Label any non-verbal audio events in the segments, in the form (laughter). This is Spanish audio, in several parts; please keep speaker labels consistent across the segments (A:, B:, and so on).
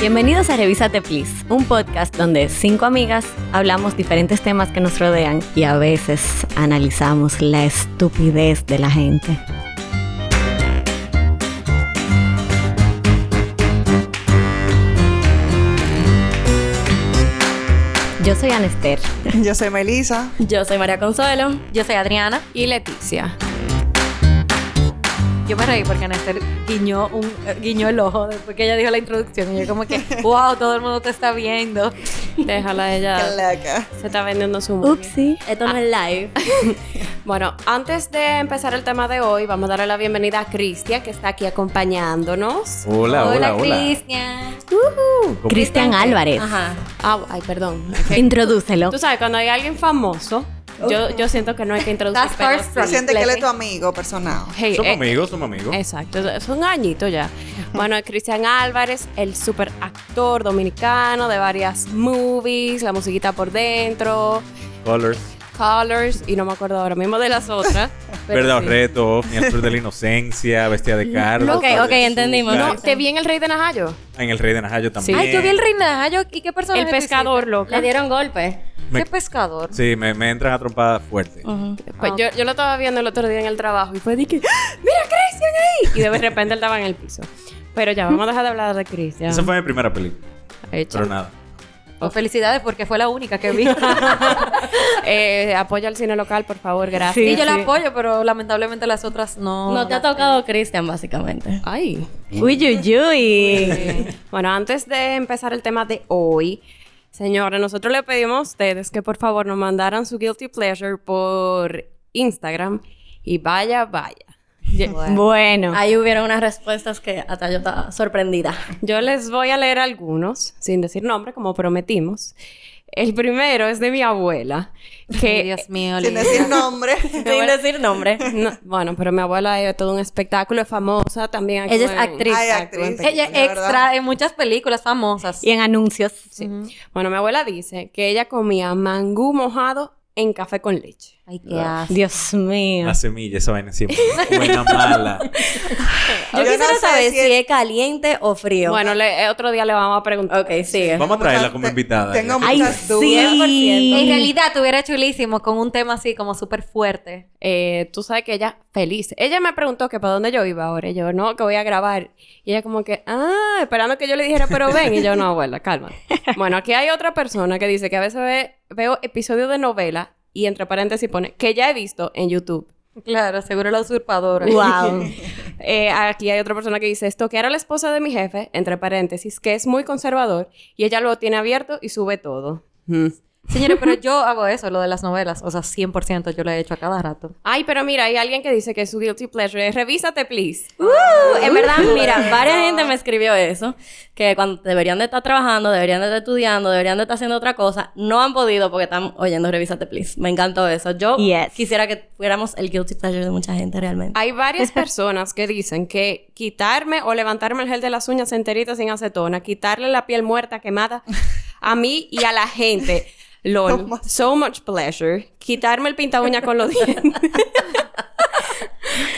A: Bienvenidos a Revisate Please, un podcast donde cinco amigas hablamos diferentes temas que nos rodean y a veces analizamos la estupidez de la gente. Yo soy Anester.
B: (laughs) Yo soy Melisa.
C: Yo soy María Consuelo.
D: Yo soy Adriana.
E: Y Leticia.
D: Yo me reí porque Néstor guiñó, un, eh, guiñó el ojo después que ella dijo la introducción. Y yo
E: (laughs)
D: como que, wow, todo el mundo te está viendo.
E: Déjala ella.
B: Calaca.
E: (laughs) Se está vendiendo su movie.
A: Upsi,
C: Eh,
A: esto no es live.
E: Bueno, antes de empezar el tema de hoy, vamos a darle la bienvenida a Cristian, que está aquí acompañándonos.
F: Hola, Ah, hola, hola.
E: Cristian.
A: Uh, Cristian Álvarez.
E: Ajá. Ah, ay, perdón. Es que-
A: Introdúcelo.
E: Tú sabes, cuando hay alguien famoso, yo, yo siento que no
D: (laughs)
E: hay que introducir.
D: That's
E: pero
D: starstruck.
E: sí.
B: Siente que él es
E: Leti.
B: tu amigo personal.
E: Hey,
F: Somos
E: eh,
F: amigos, somos amigos.
E: Exacto, es un añito ya. Bueno, Cristian Álvarez, el super actor dominicano de varias movies, la musiquita por dentro,
F: Colors.
E: Colors, y no me acuerdo ahora mismo de las otras. pero
F: Verdad o
E: sí. (laughs)
F: reto, Off, Ni el Flor de la Inocencia, Bestia de Carlos.
E: Ok,
F: Flor de
E: ok,
D: entendimos.
F: Azúcar.
E: No, te vi en El Rey de Najayo.
F: En el Rey de Najayo también.
E: Sí.
C: Ay, yo vi el reinajo. ¿Y qué personaje
E: El
C: tú
E: pescador,
C: hiciste?
E: loca.
D: Le dieron golpe.
F: Me-
C: ¿Qué pescador?
F: Sí, me, me entran a trompadas fuerte.
C: Ah.
E: Pues yo, yo lo estaba viendo el otro día en el trabajo y fue de que, ¡Ah! ¡Mira a Cristian ahí! Y de repente él estaba en el piso. Pero ya, vamos a dejar de hablar de Cristian.
F: Esa fue mi primera película.
E: Echa.
F: Pero nada.
C: Pues felicidades porque fue la única que vi.
E: (laughs) Eh, apoya al cine local, por favor, gracias.
C: sí, yo la apoyo, pero lamentablemente las otras no.
D: No te ha tocado Cristian, básicamente.
E: Ay.
A: Uy, uy, uy.
E: Mm. (laughs) Bueno, antes de empezar el tema de hoy, señores, nosotros le pedimos a ustedes que por favor nos mandaran su guilty pleasure por Instagram y vaya, vaya. Yo,
A: Bueno.
D: Ahí hubieron unas respuestas que hasta yo estaba sorprendida.
E: yo les voy a leer algunos, sin decir nombre, como prometimos. El primero es de mi abuela,
C: Ay,
E: que...
C: Dios mío,
B: Sin
C: Lina. (laughs)
B: decir nombre.
D: Sin decir nombre.
E: no, bueno, pero mi abuela es todo un espectáculo, es famosa también.
D: Ella es
E: actúa en-
D: actriz.
B: Ay,
E: actúa en
B: actriz.
E: películas.
C: Ella
B: La verdad.
C: extra en muchas películas famosas.
A: Y en anuncios.
E: Bueno, mi abuela dice que ella comía mangú mojado en café con leche.
C: Ay, qué asco.
A: Dios mío.
F: La semilla, esa vaina siempre.
E: (laughs)
F: Buena, mala.
D: Yo
B: Yo no
D: quisiera
B: sé
D: saber
B: si
D: si
B: es-
D: es... caliente o frío.
E: Bueno, le- eh, otro día le vamos a preguntar.
D: Ok, sigue.
F: Vamos a traerla como
B: Te-
F: invitada.
B: Tengo
F: ya.
A: Ay,
B: muchas dudas.
A: sí.
C: En realidad tuviera chulísimo con un tema así como súper fuerte.
E: Eh, tú sabes que ella feliz. Ella me preguntó que para dónde yo iba ahora. Y yo, no, que voy a grabar. Y ella como que, ah, esperando que yo le dijera, pero ven. Y yo, no, abuela, calma. Bueno, aquí hay otra persona que dice que a veces ve- veo episodios de novela y entre paréntesis pone, que ya he visto en YouTube.
C: Claro, seguro la usurpadora.
A: Wow.
E: (laughs) Eh, aquí hay otra persona que dice, esto que era la esposa de mi jefe, entre paréntesis, que es muy conservador y ella lo tiene abierto y sube todo. Mm.
C: Señores, (laughs) pero yo hago eso, lo de las novelas. O sea, 100% yo lo he hecho a cada rato.
E: Ay, pero mira, hay alguien que dice que su guilty pleasure es revísate, please.
D: Uh, en verdad, mira, varias gente me escribió eso, que cuando deberían de estar trabajando, deberían de estar estudiando, deberían de estar haciendo otra cosa, no han podido porque están oyendo Revisate Please. Me encantó eso. Yo
A: Yes.
D: quisiera que fuéramos el guilty pleasure de mucha gente realmente.
E: Hay varias personas que dicen que quitarme o levantarme el gel de las uñas enteritas sin acetona, quitarle la piel muerta quemada a mí y a la gente. LOL, so much pleasure. Quitarme el pinta uña con los dientes.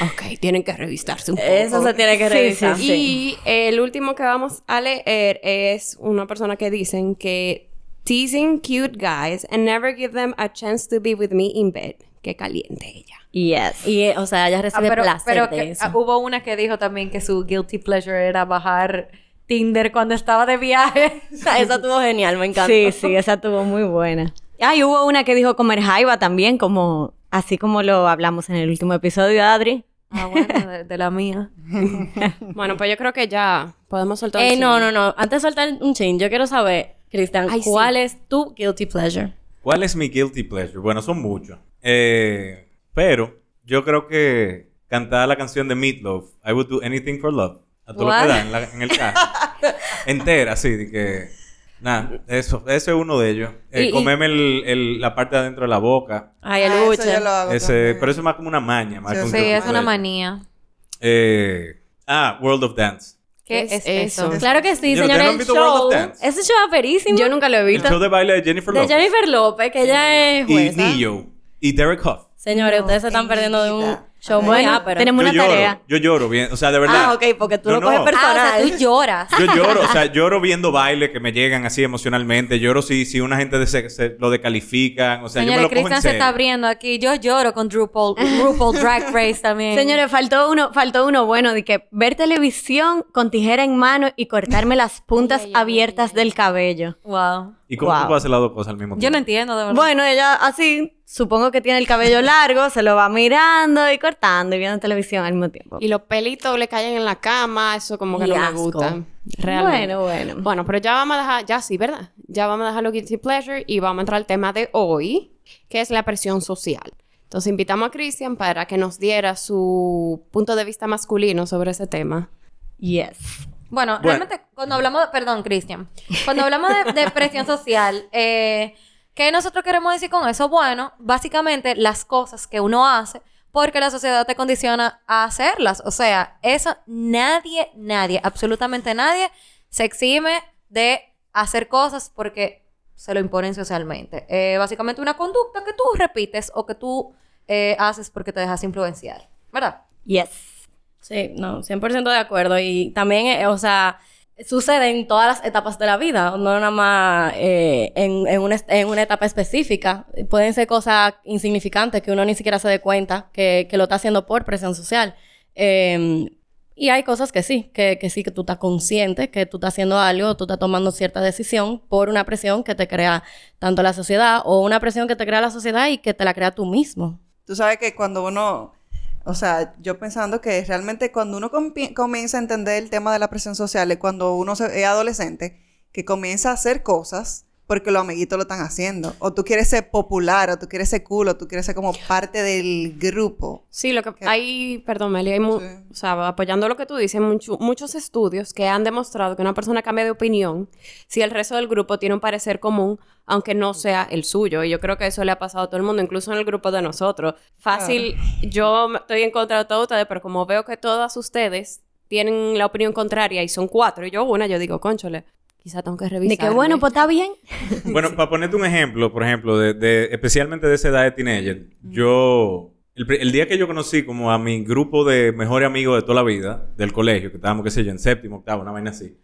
E: ok, tienen que revistarse un poco.
D: Eso se tiene que
A: Sí,
D: revisar.
A: sí, sí.
E: Y el último que vamos a leer es una persona que dicen que teasing cute guys and never give them a chance to be with me in bed. Qué caliente ella. (laughs)
A: Yes.
D: Y, eh, o sea, ella
C: Ah,
D: recibe
C: pero
D: placer
C: pero que-
D: de eso.
C: ah, hubo una que dijo también que su guilty pleasure era bajar Tinder cuando estaba de viaje.
D: (laughs) Esa estuvo genial, me encantó.
A: Sí, sí, esa tuvo muy buena. Ay, Ah, hubo una que dijo comer jaiba también, como así como lo hablamos en el último episodio, Adri.
C: (laughs) Ah, bueno, de, de la mía.
E: Bueno, pues yo creo que ya podemos soltar.
D: Eh,
E: el
D: no,
E: chisme.
D: no, no. Antes de soltar un chin, yo quiero saber, Cristian,
E: Ay, sí.
D: ¿cuál es tu guilty pleasure?
F: ¿Cuál es mi guilty pleasure? Bueno, son muchos. Eh, pero yo creo que cantar la canción de Meatloaf, I would do anything for love, a todo lo
C: What?
F: que da en, la- en el carro.
D: (laughs)
F: Entera, sí, de que. Nada, eso, ese es uno de ellos. Eh,
D: Y- y-
F: comerme el- el- la parte de adentro de la boca.
D: Ay,
B: Ah,
D: el
B: eso
D: buche.
B: yo lo hago
F: Ese,
B: también.
F: pero eso es más como una maña, más
B: Sí,
F: que un
B: sí,
F: guilty
C: es una
F: pleasure.
C: manía.
F: Eh, ah, World of Dance.
C: ¿Qué
E: ¿Qué
C: es
E: es
C: eso?
E: eso?
D: Claro que sí,
F: Yo, ¿ustedes
D: señora.
F: no han
D: El
F: visto World
D: show.
F: of Dance?
D: Ese show aperísimo.
E: Yo nunca lo he
F: El
E: visto.
F: show de baile de Jennifer
D: De ¿ah?
F: Lopez.
D: Jennifer López, que ella es
F: y
D: jueza.
F: Nio. Y Derek Hough.
D: Señores, ustedes se
B: No,
D: están
B: en
D: perdiendo
B: mi
D: de un
B: vida.
D: Show me
A: Bueno,
D: up, ah, pero-
A: tenemos una
F: yo lloro,
A: tarea.
F: yo lloro bien, o sea, de verdad.
D: Ah, ok, porque tú
F: Yo
D: lo
F: no.
D: coges
C: Ah, o
D: personal.
C: sea, tú lloras.
F: Yo lloro, o sea, lloro viendo bailes que me llegan así emocionalmente. Lloro si, si una gente de- se- se- lo descalifican. O sea, yo me
C: Señores,
F: lo cojo en
C: Cristian se
F: serio.
C: está abriendo aquí. Yo lloro con RuPaul, (laughs) RuPaul Drag Race también.
A: Señores, faltó uno, faltó uno bueno de que ver televisión con tijera en mano y cortarme (laughs) las puntas abiertas del cabello.
C: Wow.
F: ¿Y cómo
A: Wow.
F: tú puedes hacer las dos cosas al mismo tiempo?
C: Yo no entiendo, de verdad.
A: Bueno, ella así, supongo que tiene el cabello largo, se lo va mirando y cortando y viendo televisión al mismo tiempo.
E: Y los pelitos le caen en la cama, eso como que
A: Y
E: no me
A: asco.
E: gusta. Realmente.
A: Bueno, bueno.
E: Bueno, pero ya vamos a dejar, ya sí, ¿verdad? Ya vamos a dejar los guilty pleasure y vamos a entrar al tema de hoy, que es la presión social. Entonces invitamos a Cristian para que nos diera su punto de vista masculino sobre ese tema.
A: Yes.
C: Bueno,
F: Bueno.
C: realmente cuando hablamos, perdón, Cristian, cuando hablamos de, de presión social, eh, ¿qué nosotros queremos decir con eso? Bueno, básicamente las cosas que uno hace porque la sociedad te condiciona a hacerlas. O sea, eso nadie, nadie, absolutamente nadie se exime de hacer cosas porque se lo imponen socialmente. Eh, básicamente una conducta que tú repites o que tú eh, haces porque te dejas influenciar, ¿verdad?
A: Yes.
D: Sí, no, 100% de acuerdo. Y también, eh, o sea, sucede en todas las etapas de la vida, no nada más eh, en, en una, est- en una etapa específica. Pueden ser cosas insignificantes que uno ni siquiera se dé cuenta que, que lo está haciendo por presión social. Eh, y hay cosas que sí, que, que sí, que tú estás consciente, que tú estás haciendo algo, tú estás tomando cierta decisión por una presión que te crea tanto la sociedad o una presión que te crea la sociedad y que te la crea tú mismo.
B: Tú sabes que cuando uno, o sea, yo pensando que realmente cuando uno compi- comienza a entender el tema de la presión social es cuando uno se- es adolescente, que comienza a hacer cosas porque los amiguitos lo están haciendo. O tú quieres ser popular, o tú quieres ser cool, o tú quieres ser como parte del grupo.
E: Sí, lo que
B: ¿Qué?
E: hay, perdón, Meli, hay mu-
B: Sí.
E: o sea, apoyando lo que tú dices, mucho- muchos estudios que han demostrado que una persona cambia de opinión si el resto del grupo tiene un parecer común, aunque
C: Mm.
E: no sea el suyo. Y yo creo que eso le ha pasado a todo el mundo, incluso en el grupo de nosotros. Fácil, yo me- estoy en contra de todos ustedes, pero como veo que todas ustedes tienen la opinión contraria y son cuatro y yo una, yo digo, conchole, quizá tengo que revisar.
A: De que bueno, pues está bien.
F: Bueno, para ponerte un ejemplo, por ejemplo, de, de- especialmente de esa edad de teenager, yo, el, pri- el día que yo conocí como a mi grupo de mejores amigos de toda la vida, del colegio, que estábamos, qué sé yo, en séptimo, octavo, una vaina así,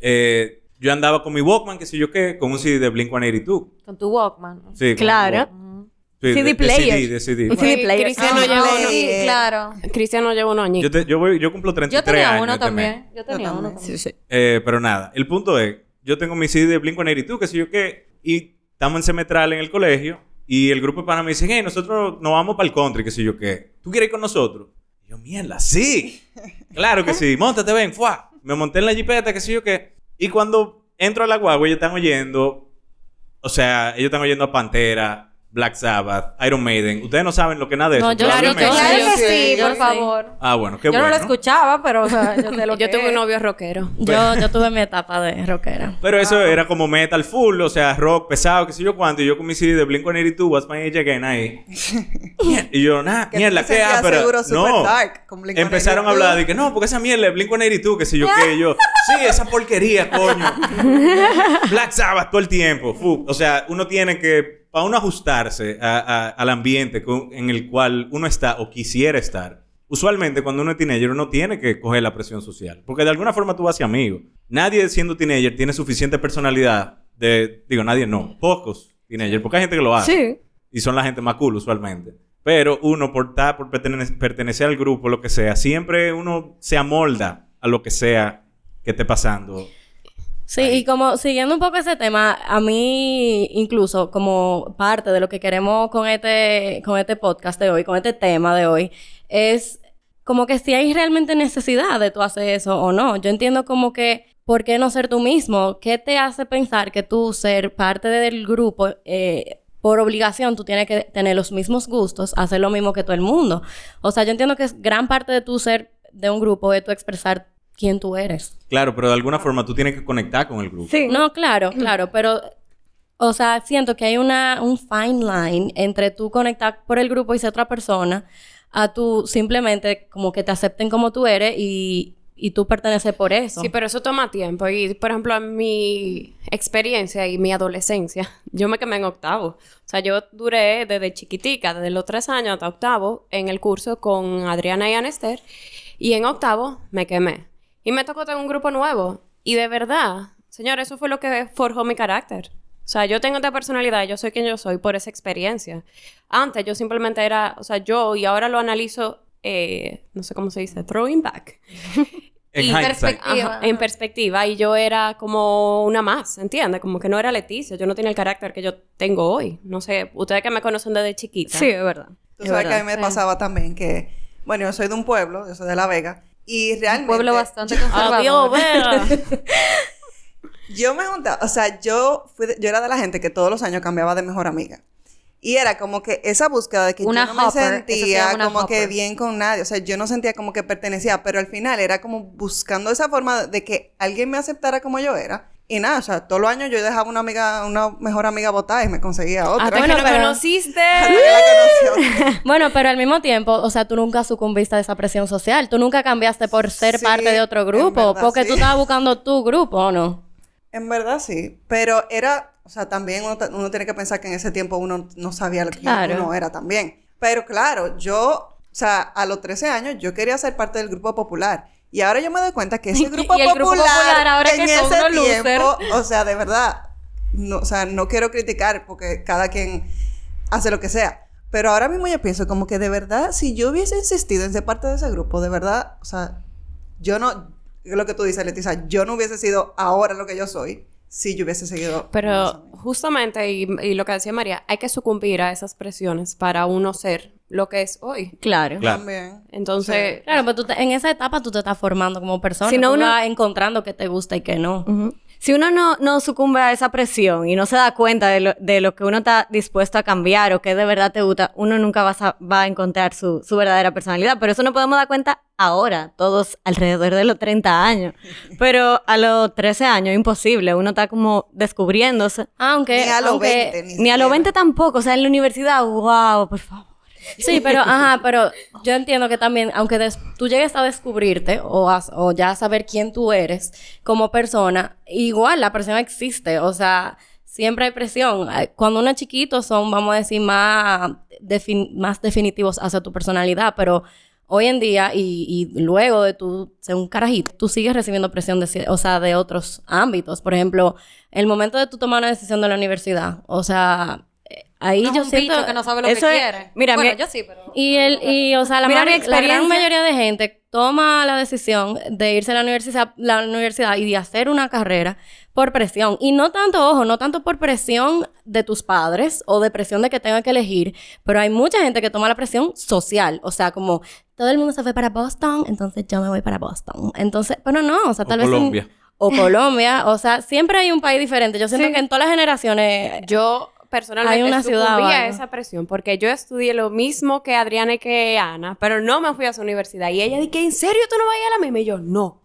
F: eh, yo andaba con mi Walkman, qué sé yo qué, con un CD de Blink-182.
C: Con tu Walkman.
F: Sí, con
A: Claro.
F: un Walkman.
C: Ujú.
F: Sí,
A: CD
F: de- de
A: player.
F: CD, de CD.
A: Un CD player.
E: Cristian no
C: Ah,
E: lleva
B: Play.
E: uno.
C: sí, claro.
E: Cristian no lleva uno añito.
F: Yo, te- yo voy, yo cumplo 33
C: Yo tenía
F: años
C: uno
F: este mes.
C: también. Yo tenía uno
B: también.
C: también.
F: Eh, pero nada, el punto es, yo tengo mi CD de Blink-182, qué sé yo qué, y estamos en semestral en el colegio, y el grupo de panas me dicen, hey, nosotros nos vamos para el country, qué sé yo qué, ¿tú quieres ir con nosotros? Y yo,
C: (laughs)
F: mierda, sí, claro que sí, montate, ven, fuá. Me monté en la jipeta, qué sé yo qué, y cuando entro a la guagua, ellos están oyendo, o sea, ellos están oyendo a Pantera, Black Sabbath, Iron Maiden, ustedes no saben lo que nada de eso.
D: No, yo- claro, yo-
F: probablemente.
C: Claro que
B: Sí,
C: sí,
D: yo
C: por
D: sí.
C: favor.
D: (laughs)
F: Ah, bueno, qué
C: Yo
F: bueno.
C: no lo escuchaba, pero o sea, yo sé lo que
E: Yo tuve
C: es.
E: un novio rockero.
D: Yo, yo tuve mi etapa de rockera.
F: Pero eso era como metal full, o sea, rock pesado, qué sé yo cuánto. Y yo con mi CD de Blink-182, What's My Age
B: (laughs)
F: Again, ahí. y yo, nah,
B: Que
F: mierda,
B: tú
F: ¿qué?
B: te
F: Ah,
B: sentías
F: pero
B: seguro super
F: no.
B: dark con Blink-182.
F: Empezaron a hablar de que no, porque esa mierda es Blink-182, qué sé yo qué. Y yo, sí, esa porquería, coño. Black Sabbath todo el tiempo. fu. O sea, uno tiene que, para uno ajustarse a- a- al ambiente con- en el cual uno está o quisiera estar. Usualmente cuando uno es teenager uno tiene que coger la presión social. Porque de alguna forma tú vas hacia amigos. Nadie siendo teenager tiene suficiente personalidad de... Digo, nadie no. Pocos teenagers. Porque hay gente que lo hace.
A: Sí.
F: Y son la gente más cool usualmente. Pero uno por, ta- por pertene- pertenecer al grupo, lo que sea, siempre uno se amolda a lo que sea que esté pasando.
D: Sí, y como siguiendo un poco ese tema, a mí incluso como parte de lo que queremos con este, con este podcast de hoy, con este tema de hoy, es como que si hay realmente necesidad de tú hacer eso o no. Yo entiendo como que, ¿por qué no ser tú mismo? ¿Qué te hace pensar que tú ser parte del grupo, eh, por obligación, tú tienes que tener los mismos gustos, hacer lo mismo que todo el mundo? O sea, yo entiendo que es gran parte de tu ser de un grupo es tú expresar quién tú eres.
F: Claro, pero de alguna forma tú tienes que conectar con el grupo.
A: Sí.
D: No, claro, claro, pero o sea, siento que hay una un fine line entre tú conectar por el grupo y ser otra persona a tú simplemente como que te acepten como tú eres y y tú perteneces por eso.
E: Sí, pero eso toma tiempo. Y, por ejemplo, en mi experiencia y mi adolescencia, (laughs) yo me quemé en octavo. O sea, yo duré desde chiquitica, desde los tres años hasta octavo, en el curso con Adriana y Anester. Y en octavo me quemé. Y me tocó tener un grupo nuevo. Y de verdad, señor, eso fue lo que forjó mi carácter. O sea, yo tengo esta personalidad, yo soy quien yo soy por esa experiencia. Antes yo simplemente era, o sea, yo y ahora lo analizo, eh, no sé cómo se dice, throwing back.
F: En
C: Y
F: hindsight.
C: perfecto. perspectiva.
E: Ajá, Eh, en perspectiva. Y yo era como una más, ¿entiendes? Como que no era Leticia. Yo no tenía el carácter que yo tengo hoy. No sé, ustedes que me conocen desde chiquita.
D: Sí, es verdad.
B: Tú
E: Es
B: sabes que a
E: verdad,
B: mí me
E: sí.
B: pasaba también que, bueno, yo soy de un pueblo, yo soy de La Vega, y realmente...
C: Un pueblo
D: ah,
C: bastante conservador. (laughs)
E: Adiós, Vera.
B: Yo me juntaba, o sea, yo, fui de- yo era de la gente que todos los años cambiaba de mejor amiga. Y era como que esa búsqueda de que
C: Una
B: yo no
C: hopper,
B: me
C: eso se
B: sentía
C: llama una
B: como que
C: hopper.
B: bien con nadie. O sea, yo no sentía como que pertenecía, pero al final era como buscando esa forma de que alguien me aceptara como yo era. Y nada, o sea, todos los años yo dejaba una amiga, una mejor amiga botada y me conseguía otra.
C: Ah,
E: Hasta que
D: Bueno,
E: lo
D: pero-
B: (laughs)
E: conociste.
B: Hasta que la
C: (laughs)
B: conocí otra.
D: Bueno, pero al mismo tiempo, o sea, tú nunca sucumbiste a esa presión social. Tú nunca cambiaste por ser
B: Sí,
D: parte de otro
B: en
D: grupo.
B: verdad,
D: porque
B: sí.
D: tú estabas buscando tu grupo, ¿o no?
B: En verdad sí, pero era, o sea, también uno, ta- uno tiene que pensar que en ese tiempo uno no sabía lo que
D: Claro.
B: uno era también. Pero claro, yo, o sea, a los 13 años yo quería ser parte del grupo popular. Y ahora yo me doy cuenta
C: (laughs)
B: que ese grupo,
C: y el grupo popular, ahora
B: en
C: que son
B: ese
C: unos loser.
B: tiempo, o sea, de verdad, no, o sea, no quiero criticar porque cada quien hace lo que sea. Pero ahora mismo yo pienso como que de verdad, si yo hubiese insistido en ser parte de ese grupo, de verdad, o sea, yo no, lo que tú dices, Leticia, yo no hubiese sido ahora lo que yo soy si yo hubiese seguido.
E: Pero justamente, y, y lo que decía María, hay que sucumbir a esas presiones para uno ser lo que es hoy.
D: Claro.
F: Claro.
B: También.
E: Entonces,
D: Claro, pero tú te- en esa etapa tú te estás formando como persona.
A: Si no,
D: tú
A: uno-
D: vas encontrando qué te gusta y qué no.
A: Ujú. Si uno no, no sucumbe a esa presión y no se da cuenta de lo, de lo que uno está dispuesto a cambiar o que de verdad te gusta, uno nunca va a, va a encontrar su, su verdadera personalidad. Pero eso no podemos dar cuenta ahora, todos alrededor de los 30 años. Pero a los 13 años, imposible. Uno está como descubriéndose.
D: Aunque,
B: Ni a los
D: aunque-
B: 20, ni,
A: Ni a los
B: siquiera.
A: 20 tampoco. O sea, en la universidad, wow, por favor.
D: Sí, pero ajá, pero yo entiendo que también, aunque des- tú llegues a descubrirte o, a- o ya a saber quién tú eres como persona, igual la presión existe, o sea, siempre hay presión. Ay, Cuando uno es chiquito son, vamos a decir, más, defin- más definitivos hacia tu personalidad, pero hoy en día y, y luego de tu ser un carajito, tú sigues recibiendo presión de, ci- o sea, de otros ámbitos. Por ejemplo, el momento de tú tomar una decisión de la universidad, o sea... eh, Ahí
C: No es
D: yo
C: un
D: siento
C: bicho que no sabe lo
A: eso
C: que
A: es-
C: quiere.
A: mira,
C: bueno,
A: mi-
C: yo sí, pero...
D: y el, y, o sea, la,
A: Mira
D: mari-
A: mi
D: la gran
A: experiencia.
D: mayoría de gente toma la decisión de irse a la universidad, la universidad y de hacer una carrera por presión. Y no tanto, ojo, no tanto por presión de tus padres o de presión de que tengan que elegir, pero hay mucha gente que toma la presión social. O sea, como todo el mundo se fue para Boston, entonces yo me voy para Boston. Entonces, pero no, o sea,
F: O
D: tal vez. en-
F: Colombia.
D: o Colombia, o sea, siempre hay un país diferente. Yo siento
E: Sí.
D: que en todas las generaciones
E: yo personalmente
D: Hay una ciudad
E: sucumbí
D: o
E: a
D: algo.
E: esa presión porque yo estudié lo mismo que Adriana y que Ana, pero no me fui a su universidad. Y ella dije, ¿en serio tú no vas a ir a la misma? Y
A: (laughs)
E: yo, no.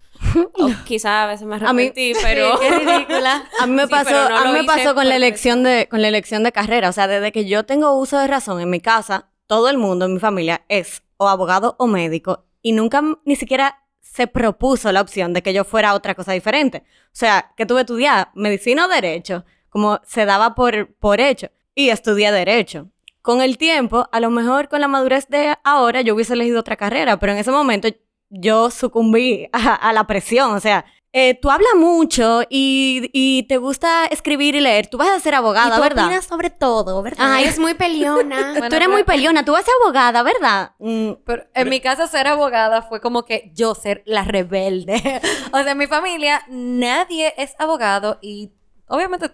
E: O quizás a veces me
A: mí-
E: arrepentí, pero... (laughs)
A: Sí, qué ridícula. A mí me
E: Sí,
A: pasó,
E: pero no
A: a
E: lo
A: mí me
E: hice
A: pasó
E: por
A: con la
E: (laughs)
A: elección de con la elección de carrera, o sea, desde que yo tengo uso de razón en mi casa, todo el mundo en mi familia es o abogado o médico y nunca m- ni siquiera se propuso la opción de que yo fuera otra cosa diferente. O sea, que tuve que estudiar medicina o derecho, como se daba por por hecho y estudié derecho. Con el tiempo, a lo mejor con la madurez de ahora yo hubiese elegido otra carrera, pero en ese momento yo sucumbí (laughs) a, a la presión, o sea, eh, tú hablas mucho y, y te gusta escribir y leer. Tú vas a ser abogada, ¿verdad?
D: sobre todo, ¿verdad?
A: Ay,
E: muy peleona.
A: tú
C: Bueno,
A: eres
C: pero-
A: muy peleona. Tú vas a ser abogada, ¿verdad? Mm,
C: Pero en mi casa ser abogada fue como que yo ser la rebelde. (laughs) o sea, en mi familia nadie es abogado y obviamente...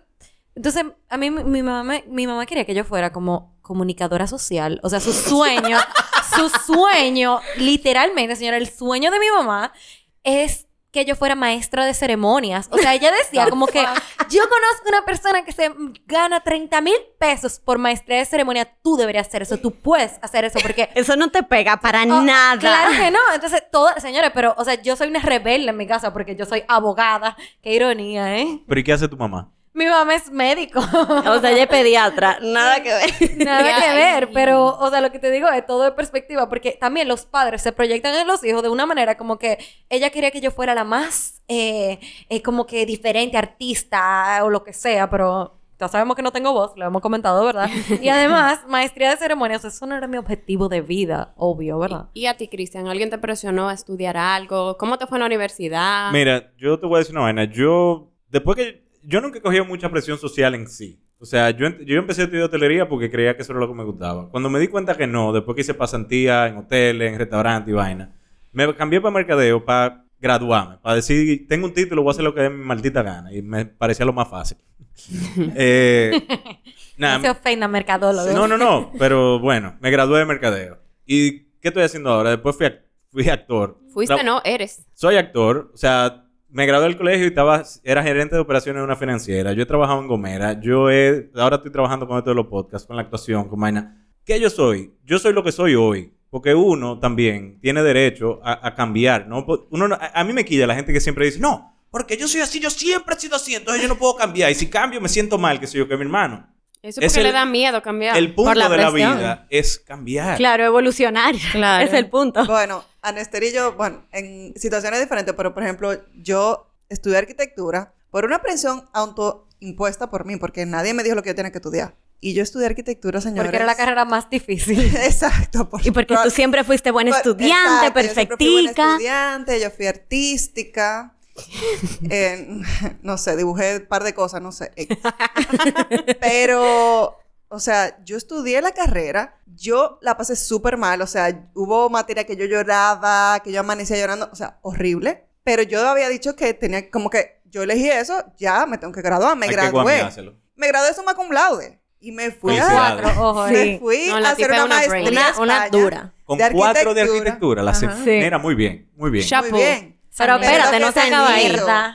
C: Entonces, a mí mi, mi mamá, me- mi mamá quería que yo fuera como comunicadora social. O sea, su sueño, su sueño, literalmente, señora, el sueño de mi mamá es que yo fuera maestra de ceremonias. O sea, ella decía como que yo conozco una persona que se gana 30 mil pesos por maestría de ceremonia. Tú deberías hacer eso, tú puedes hacer eso porque
A: eso no te pega para
C: Oh,
A: nada.
C: Claro que no. Entonces, todas, señores, pero, o sea, yo soy una rebelde en mi casa porque yo soy abogada. Qué ironía, ¿eh?
F: Pero ¿y qué hace tu mamá?
C: Mi mamá es médico. (laughs)
A: O sea, ella es pediatra. Nada que ver.
C: Nada que ver, pero, o sea, lo que te digo es todo de perspectiva, porque también los padres se proyectan en los hijos de una manera como que ella quería que yo fuera la más, eh, eh, como que diferente artista o lo que sea, pero ya sabemos que no tengo voz, lo hemos comentado, ¿verdad? Y además, maestría de ceremonias, eso no era mi objetivo de vida, obvio, ¿verdad?
E: Y a ti, Cristian, ¿alguien te presionó a estudiar algo? ¿Cómo te fue en la universidad?
F: Mira, yo te voy a decir una vaina. Yo, después que. Yo nunca he cogido mucha presión social en sí. O sea, yo, ent- yo empecé a estudiar hotelería porque creía que eso era lo que me gustaba. Cuando me di cuenta que no, después que hice pasantía en hoteles, en restaurantes y vaina, me cambié para mercadeo para graduarme, para decir, tengo un título, voy a hacer lo que dé mi maldita gana. Y me parecía lo más fácil. eh, nada,
C: no se ofenda, mercadólogo.
F: no, no, no. Pero bueno, me gradué de mercadeo. ¿Y qué estoy haciendo ahora? Después fui, ac- fui actor.
E: Fuiste,
F: Tra-
E: no, eres.
F: Soy actor. O sea, me gradué del colegio y estaba... Era gerente de operaciones de una financiera. Yo he trabajado en Gomera. Yo he... Ahora estoy trabajando con esto de los podcasts, con la actuación, con vaina. ¿Qué yo soy? Yo soy lo que soy hoy. Porque uno también tiene derecho a, a cambiar, ¿no? Po- Uno no- a, a mí me quilla la gente que siempre dice, no, porque yo soy así, yo siempre he sido así, entonces yo no puedo cambiar. Y si cambio me siento mal, que soy yo, que mi hermano.
E: Eso
F: Es
E: es porque
F: el-
E: le da miedo cambiar.
F: El punto
D: Por la
F: de la
D: presión.
F: vida es cambiar.
A: Claro, evolucionar.
D: Claro.
A: Es el punto.
B: Bueno, Anester y yo, bueno, en situaciones diferentes, pero por ejemplo, yo estudié arquitectura por una presión autoimpuesta por mí, porque nadie me dijo lo que yo tenía que estudiar. Y yo estudié arquitectura, señores.
C: Porque era la carrera más
F: (laughs)
C: difícil.
B: (laughs) Exacto. por-
A: (laughs) Y porque tú siempre fuiste buen
B: por-
A: estudiante,
B: Pues, exacto, yo siempre fui buena
A: perfectica.
B: estudiante, yo fui artística. (laughs) eh, no sé, dibujé un par de cosas, no sé.
A: (laughs)
B: X. Pero, o sea, yo estudié la carrera, yo la pasé súper mal, o sea, hubo materia que yo lloraba, que yo amanecía llorando, o sea, horrible. Pero yo había dicho que tenía, como que yo elegí eso, ya me tengo que graduar, me
F: Hay que
B: gradué.
F: guamiárselo.
B: Me gradué suma cum laude y me fui a,
F: Felicidades.
C: Ojo, eh.
B: me fui
E: No, la
B: a hacer
E: tipa es
B: una,
E: una brain.
B: maestría.
D: Una-
B: a
D: una
B: España.
D: dura.
F: Con
B: de
F: cuatro de
B: arquitectura.
F: arquitectura. La
B: Ajá.
F: se- Mira, muy bien, muy bien.
E: Chapo.
B: Muy bien.
A: Pero
C: Pero
A: espérate,
B: que
A: no se
B: se han
A: acaba ahí.
B: ido.
C: ¿Verdad?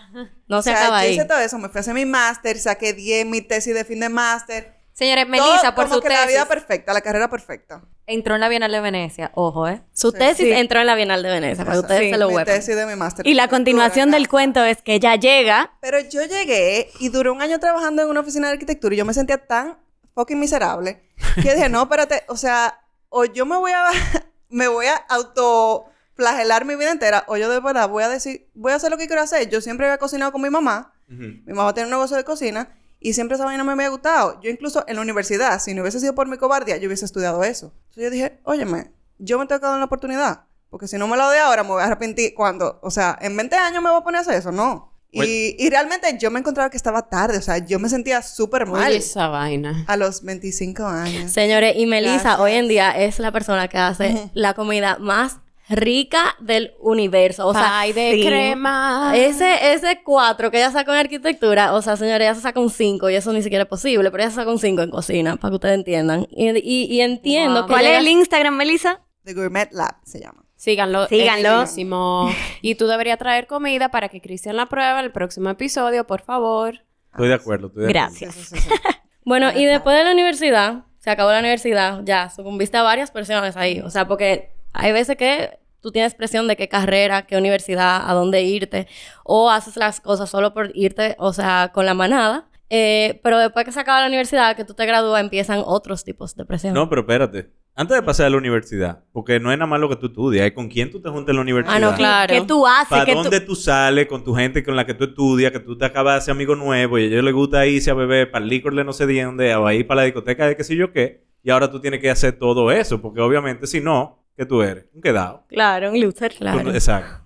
D: No
B: O
D: se
B: sea,
D: acaba
B: yo
D: ahí.
B: hice todo eso, me fui a hacer mi máster, saqué 10, mi tesis de fin de máster.
C: Señores,
B: Todo
C: Melissa, por
B: como
C: su
B: que la vida
C: tesis,
B: perfecta, la carrera perfecta.
C: entró en la Bienal de Venecia. Ojo, ¿eh?
D: Su
B: Sí.
D: tesis
A: Sí.
D: entró en la Bienal de Venecia, para que ustedes
A: Sí.
D: se lo
B: mi
D: huevan.
B: tesis de mi máster.
A: Y la continuación del cuento es pues, que ella llega.
B: Pero yo llegué y duré un año trabajando en una oficina de arquitectura y yo me sentía tan fucking miserable que dije, no, espérate, o sea, o yo me voy a, (laughs) me voy a autoflagelar mi vida entera o yo de verdad voy a decir, voy a hacer lo que quiero hacer. Yo siempre había cocinado con mi mamá,
F: Ujú.
B: mi mamá tenía un negocio de cocina y siempre esa vaina me había gustado. Yo incluso en la universidad, si no hubiese sido por mi cobardía, yo hubiese estudiado eso. Entonces yo dije, óyeme, yo me tengo que dar una oportunidad. Porque si no me la doy ahora, me voy a arrepentir cuando, o sea, en 20 años me voy a poner a hacer eso, no.
F: Bueno.
B: Y, y realmente yo me encontraba que estaba tarde, o sea, yo me sentía súper mal
E: Oye, esa vaina.
B: a los 25 años.
D: Señores, y Melissa
B: Gracias.
D: hoy en día es la persona que hace la comida más rica del universo. O sea,
E: Pay de
D: sí.
E: crema.
A: Eh,
D: Ese, ese cuatro que ella sacó en arquitectura, o sea, señores, ella se saca un 5 y eso ni siquiera es posible, pero ella se saca un 5 en cocina, para que ustedes entiendan. Y, y- y entiendo que
A: ¿Cuál
D: ella-
A: es el Instagram, Melissa?
B: The Gourmet Lab se llama.
E: Síganlo.
A: Síganlo. (laughs)
E: es buenísimo. Y tú deberías traer comida para que Cristian la pruebe en el próximo episodio, por favor.
F: Estoy de acuerdo. Estoy de acuerdo.
A: Gracias.
B: Sí, sí, sí, sí.
D: Bueno, y después de la universidad, se acabó la universidad, ya, sucumbiste a varias presiones ahí. O sea, porque hay veces que tú tienes presión de qué carrera, qué universidad, a dónde irte, o haces las cosas solo por irte, o sea, con la manada. Eh, pero después que se acaba la universidad, que tú te gradúas, empiezan otros tipos de presión.
F: No, pero espérate. Antes de pasar a la universidad, porque no es nada más lo que tú estudias, es con quién tú te juntas en la universidad.
D: ah, no, claro.
A: ¿Qué tú haces?
F: ¿Para
A: ¿Qué tú...
F: dónde tú... sales con tu gente con la que tú estudias, que tú te acabas de hacer amigo nuevo y a ellos les gusta irse a beber para el licor de no sé de dónde, o ahí para la discoteca de qué sé yo qué? Y ahora tú tienes que hacer todo eso, porque obviamente si no, ¿qué tú eres? Un quedado.
A: Claro, un loser.
F: Tú-
D: Claro.
F: Exacto.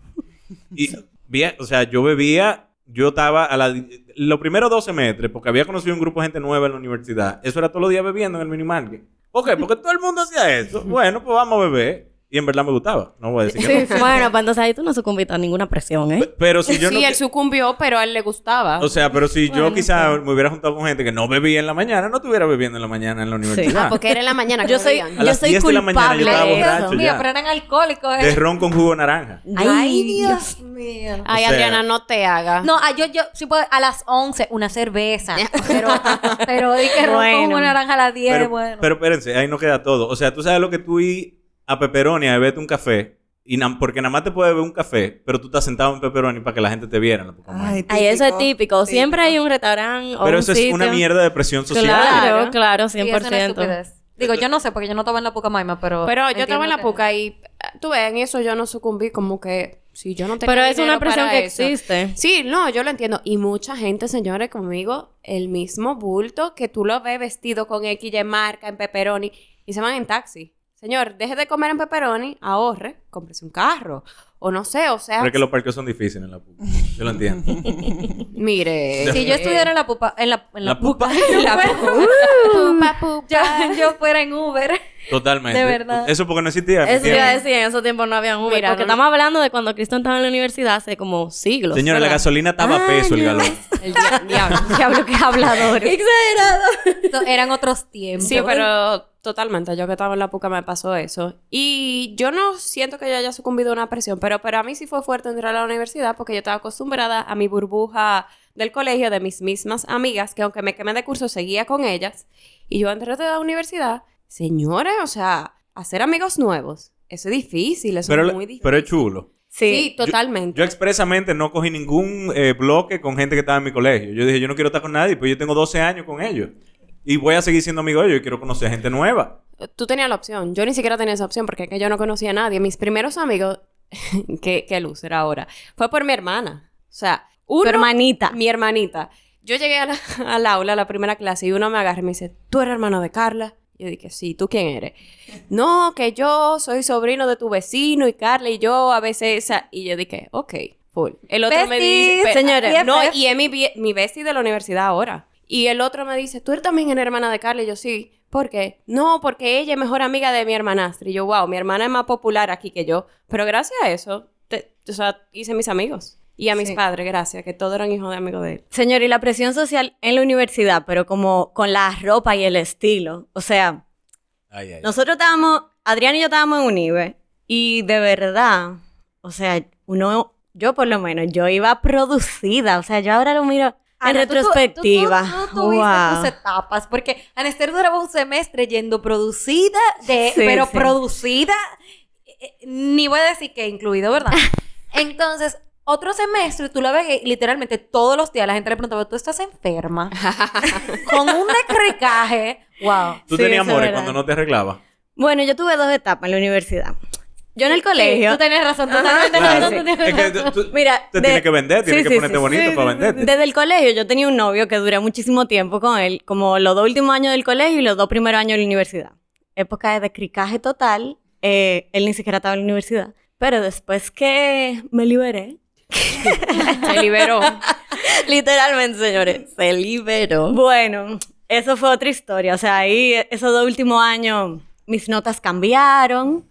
F: Y, bien, o sea, yo bebía, yo estaba a la... Los primeros dos semestres, porque había conocido un grupo de gente nueva en la universidad, eso era todos los días bebiendo en el minimarket. ¿Por qué? Porque todo el mundo hacía eso. Bueno, pues vamos a beber. Y en verdad me gustaba. No voy a decir que no.
D: Bueno, pues entonces ahí tú no sucumbiste a ninguna presión, ¿eh?
F: Pe- Pero si (laughs) yo
E: sí,
F: no...
E: él sucumbió, pero a él le gustaba.
F: O sea, pero si yo quizás me hubiera juntado con gente que no bebía en la mañana, no estuviera bebiendo en la mañana en la universidad.
E: ah, porque era en la mañana. que
D: Yo
E: lo
D: soy,
E: digan.
F: A
D: yo
F: las
D: soy
F: 10 de la mañana yo
D: culpable
F: estaba
D: de
F: borracho
D: eso.
C: Dios mío,
F: ya.
C: pero eran alcohólicos,
F: De
C: ¿eh?
F: ron con jugo de naranja.
C: Ay, Dios mío.
E: Ay,
F: o sea-
E: Adriana, no te haga.
C: No, ah, yo, yo, sí puedo, a las 11, una cerveza. Pero, pero di que
A: Bueno.
C: ron con una naranja a las 10,
F: pero,
C: bueno.
F: pero espérense, ahí no queda todo. O sea, tú sabes lo que tú ir a Pepperoni a beberte un café Y na- porque nada más te puede beber un café, pero tú estás sentado en pepperoni para que la gente te viera en la Pocomayo.
B: Ay,
D: Ay, eso es típico. Siempre hay un restaurante o
F: Pero
D: un
F: eso es una
D: sitio.
F: mierda de presión social.
D: Claro,
E: Claro.
D: claro,
C: Sí, es una
D: 100%.
C: estupidez. Digo, yo no sé porque yo no estaba en la Pucamaima, pero.
E: Pero yo
C: entiendo
E: estaba en la
C: que-
E: puca y ah, tú ves, en eso yo no sucumbí, como que si yo no tenía
D: Pero es una
E: dinero
D: presión
E: para
D: que
E: eso.
D: existe.
E: Sí, no, yo lo entiendo. Y mucha gente, señores, conmigo, el mismo bulto que tú lo ves vestido con X y marca, en pepperoni, y se van en taxi. Señor, deje de comer en pepperoni, ahorre, cómprese un carro. O no sé, o sea,
F: Pero es que los parques son difíciles en la puca. Yo lo entiendo. (laughs)
E: mire.
C: Si yo estuviera en la pupa, en la, en la,
F: La pupa.
C: (laughs) en la pupa,
E: Pupa, pupa.
C: (laughs) ya yo fuera en Uber.
F: Totalmente.
C: De verdad.
F: Eso porque no existía.
D: Eso te iba a
F: Señores,
D: decir, en esos tiempos no había Uber.
E: Mira,
D: porque
E: no-
D: estamos hablando de cuando Cristo estaba en la universidad hace como siglos.
F: la gasolina estaba a peso el galón.
E: El dia- diablo.
A: Diablo, qué hablador.
D: Exagerado.
C: Entonces, eran otros tiempos.
E: Sí, pero totalmente. Yo que estaba en la puca me pasó eso. Y yo no siento que yo haya sucumbido a una presión, pero, pero a mí sí fue fuerte entrar a la universidad porque yo estaba acostumbrada a mi burbuja del colegio, de mis mismas amigas, que aunque me quemé de curso, seguía con ellas. Y yo entré a la universidad, señores, o sea, hacer amigos nuevos, eso es difícil, eso
F: Pero,
E: es
F: la-
E: muy difícil.
F: pero es chulo.
E: sí,
A: Sí.
F: Yo-
E: totalmente.
F: Yo expresamente no cogí ningún eh, bloque con gente que estaba en mi colegio. Yo dije, yo no quiero estar con nadie, pues yo tengo 12 años con ellos. Y voy a seguir siendo amigo de ellos y quiero conocer gente nueva.
E: tú tenías la opción. Yo ni siquiera tenía esa opción porque es que yo no conocía a nadie. Mis primeros amigos, (laughs) que, que luz era ahora, fue por mi hermana. O sea,
A: Tu
E: uno,
A: hermanita.
E: mi hermanita. Yo llegué a la- (laughs) al aula, a la primera clase, y uno me agarra y me dice, ¿tú eres hermano de Carla? Yo dije, sí, ¿tú quién eres? No, que yo soy sobrino de tu vecino y Carla y yo a veces... sa-". Y yo dije, ok, full. El otro me dice...
A: Besties,
E: pe-
A: señores.
E: No, y es mi, vie- mi bestie de la universidad ahora. Y el otro me dice, ¿tú eres también eres hermana de Carla? Y yo, sí. ¿Por qué? No, porque ella es mejor amiga de mi hermanastra. Y yo, wow, mi hermana es más popular aquí que yo. Pero gracias a eso, te- o sea, hice mis amigos. Y a mis padres, gracias, que todos eran hijos de amigos de él.
A: Señor, y la presión social en la universidad, pero como con la ropa y el estilo. O sea,
F: Ay, ay.
A: nosotros estábamos, Adrián y yo estábamos en Unive, y de verdad, o sea, uno, yo por lo menos, yo iba producida. O sea, yo ahora lo miro en
C: Ana, tú tu-
A: retrospectiva.
C: Tú, tú, tú tuviste
A: Wow.
C: tus etapas, porque Anester duraba un semestre yendo producida, de,
A: Sí,
C: pero
A: sí.
C: producida, eh, eh, ni voy a decir que incluido, (laughs) ¿verdad? Entonces, otro semestre, tú la ves que literalmente todos los días la gente le preguntaba, tú estás (laughs) enferma, con un descrecaje, wow.
F: Tú
A: Sí, eso
F: tenías
A: es
F: amores
A: verdad.
F: cuando no te arreglabas.
A: Bueno, yo tuve dos etapas en la universidad. Yo en el colegio.
C: Sí, tú tenías razón, totalmente
F: Claro.
C: razón, tú tenías
F: Es que
C: razón.
F: tú- tú-
A: Mira,
F: te
A: de-
F: tienes que vender, tienes
A: Sí, sí,
F: que ponerte
A: sí,
F: bonito
A: sí,
F: para
A: sí, sí.
F: venderte.
A: Desde el colegio yo tenía un novio que duré muchísimo tiempo con él, como los dos últimos años del colegio y los dos primeros años de la universidad. Época de descricaje total, eh, él ni siquiera estaba en la universidad. Pero después que me liberé,
E: Se liberó.
A: literalmente, señores,
D: Se liberó.
A: Bueno, eso fue otra historia. O sea, ahí esos dos últimos años mis notas cambiaron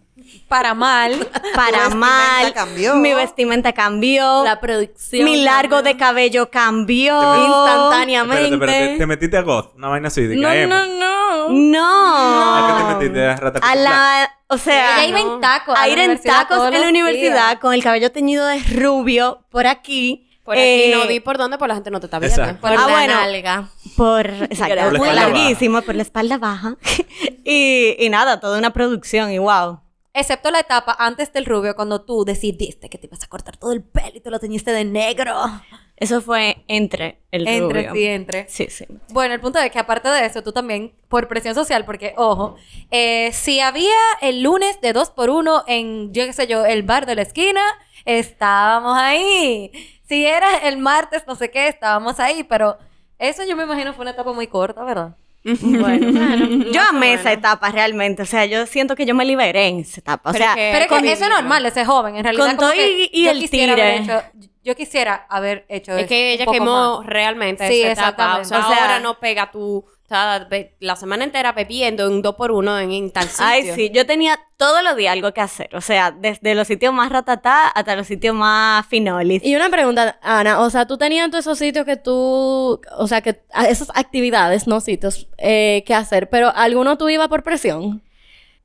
C: Para mal,
A: para
B: vestimenta
A: mal.
B: cambió.
A: Mi vestimenta cambió.
D: La producción.
A: mi largo de cabello cambió.
F: Espérate,
D: Instantáneamente.
F: espérate. Te metiste a Goth, una vaina así. De que a emo.
D: No, no, no.
A: No.
F: ¿A qué te metiste? ¿A Rata
A: A
F: Cutlack?
A: la, o sea,
C: ella iba en tacos.
A: a ir en
C: universidad
A: tacos
C: todos
A: en la
C: los
A: universidad
C: días.
A: con el cabello teñido de rubio por aquí.
E: Por
A: eh,
E: aquí no di por dónde, por la gente no te está viendo.
F: Exacto.
D: Por
A: Ah,
D: la
A: bueno.
D: nalga.
A: Por, exacto,
F: Por la
A: muy
F: espalda baja.
A: larguísimo, por la espalda baja. (laughs) y, y nada, toda una producción y wow.
C: Excepto la etapa antes del rubio, cuando tú decidiste que te ibas a cortar todo el pelo y te lo teñiste de negro.
A: Eso fue entre el
C: Entre,
A: rubio.
C: sí, entre.
A: Sí, sí.
C: Bueno, el punto es que aparte de eso, tú también, por presión social, porque, ojo, eh, si había el lunes de 2 por 1 en, yo qué sé yo, el bar de la esquina, estábamos ahí. Si era el martes, no sé qué, estábamos ahí, pero eso yo me imagino fue una etapa muy corta, ¿verdad?
A: (laughs) Bueno, yo amé esa etapa realmente. O sea, yo siento que yo me liberé en esa etapa. O
E: Pero
A: sea,
E: que-
C: Pero es
E: con-
C: que eso es normal, ese joven, en realidad.
A: con
C: como
A: todo
C: que
A: y- y
C: yo
A: el
C: quisiera haber
A: tire.
C: hecho- yo quisiera haber hecho
E: Es
C: eso
E: que
C: un
E: ella
C: poco
E: quemó
C: más.
E: realmente
C: Sí,
E: esa etapa. O
C: exactamente.
E: sea,
C: O sea-
E: ahora no pega tú ta- be- la semana entera bebiendo en dos por uno en, en tal sitio.
A: Ay, sí, yo tenía todos los días algo que hacer. O sea, desde los sitios más ratatá hasta los sitios más finolis.
D: Y una pregunta, Ana, o sea, tú tenías todos esos sitios que tú, o sea, que a esas actividades, no sitios, eh, que hacer, pero alguno tú ibas por presión.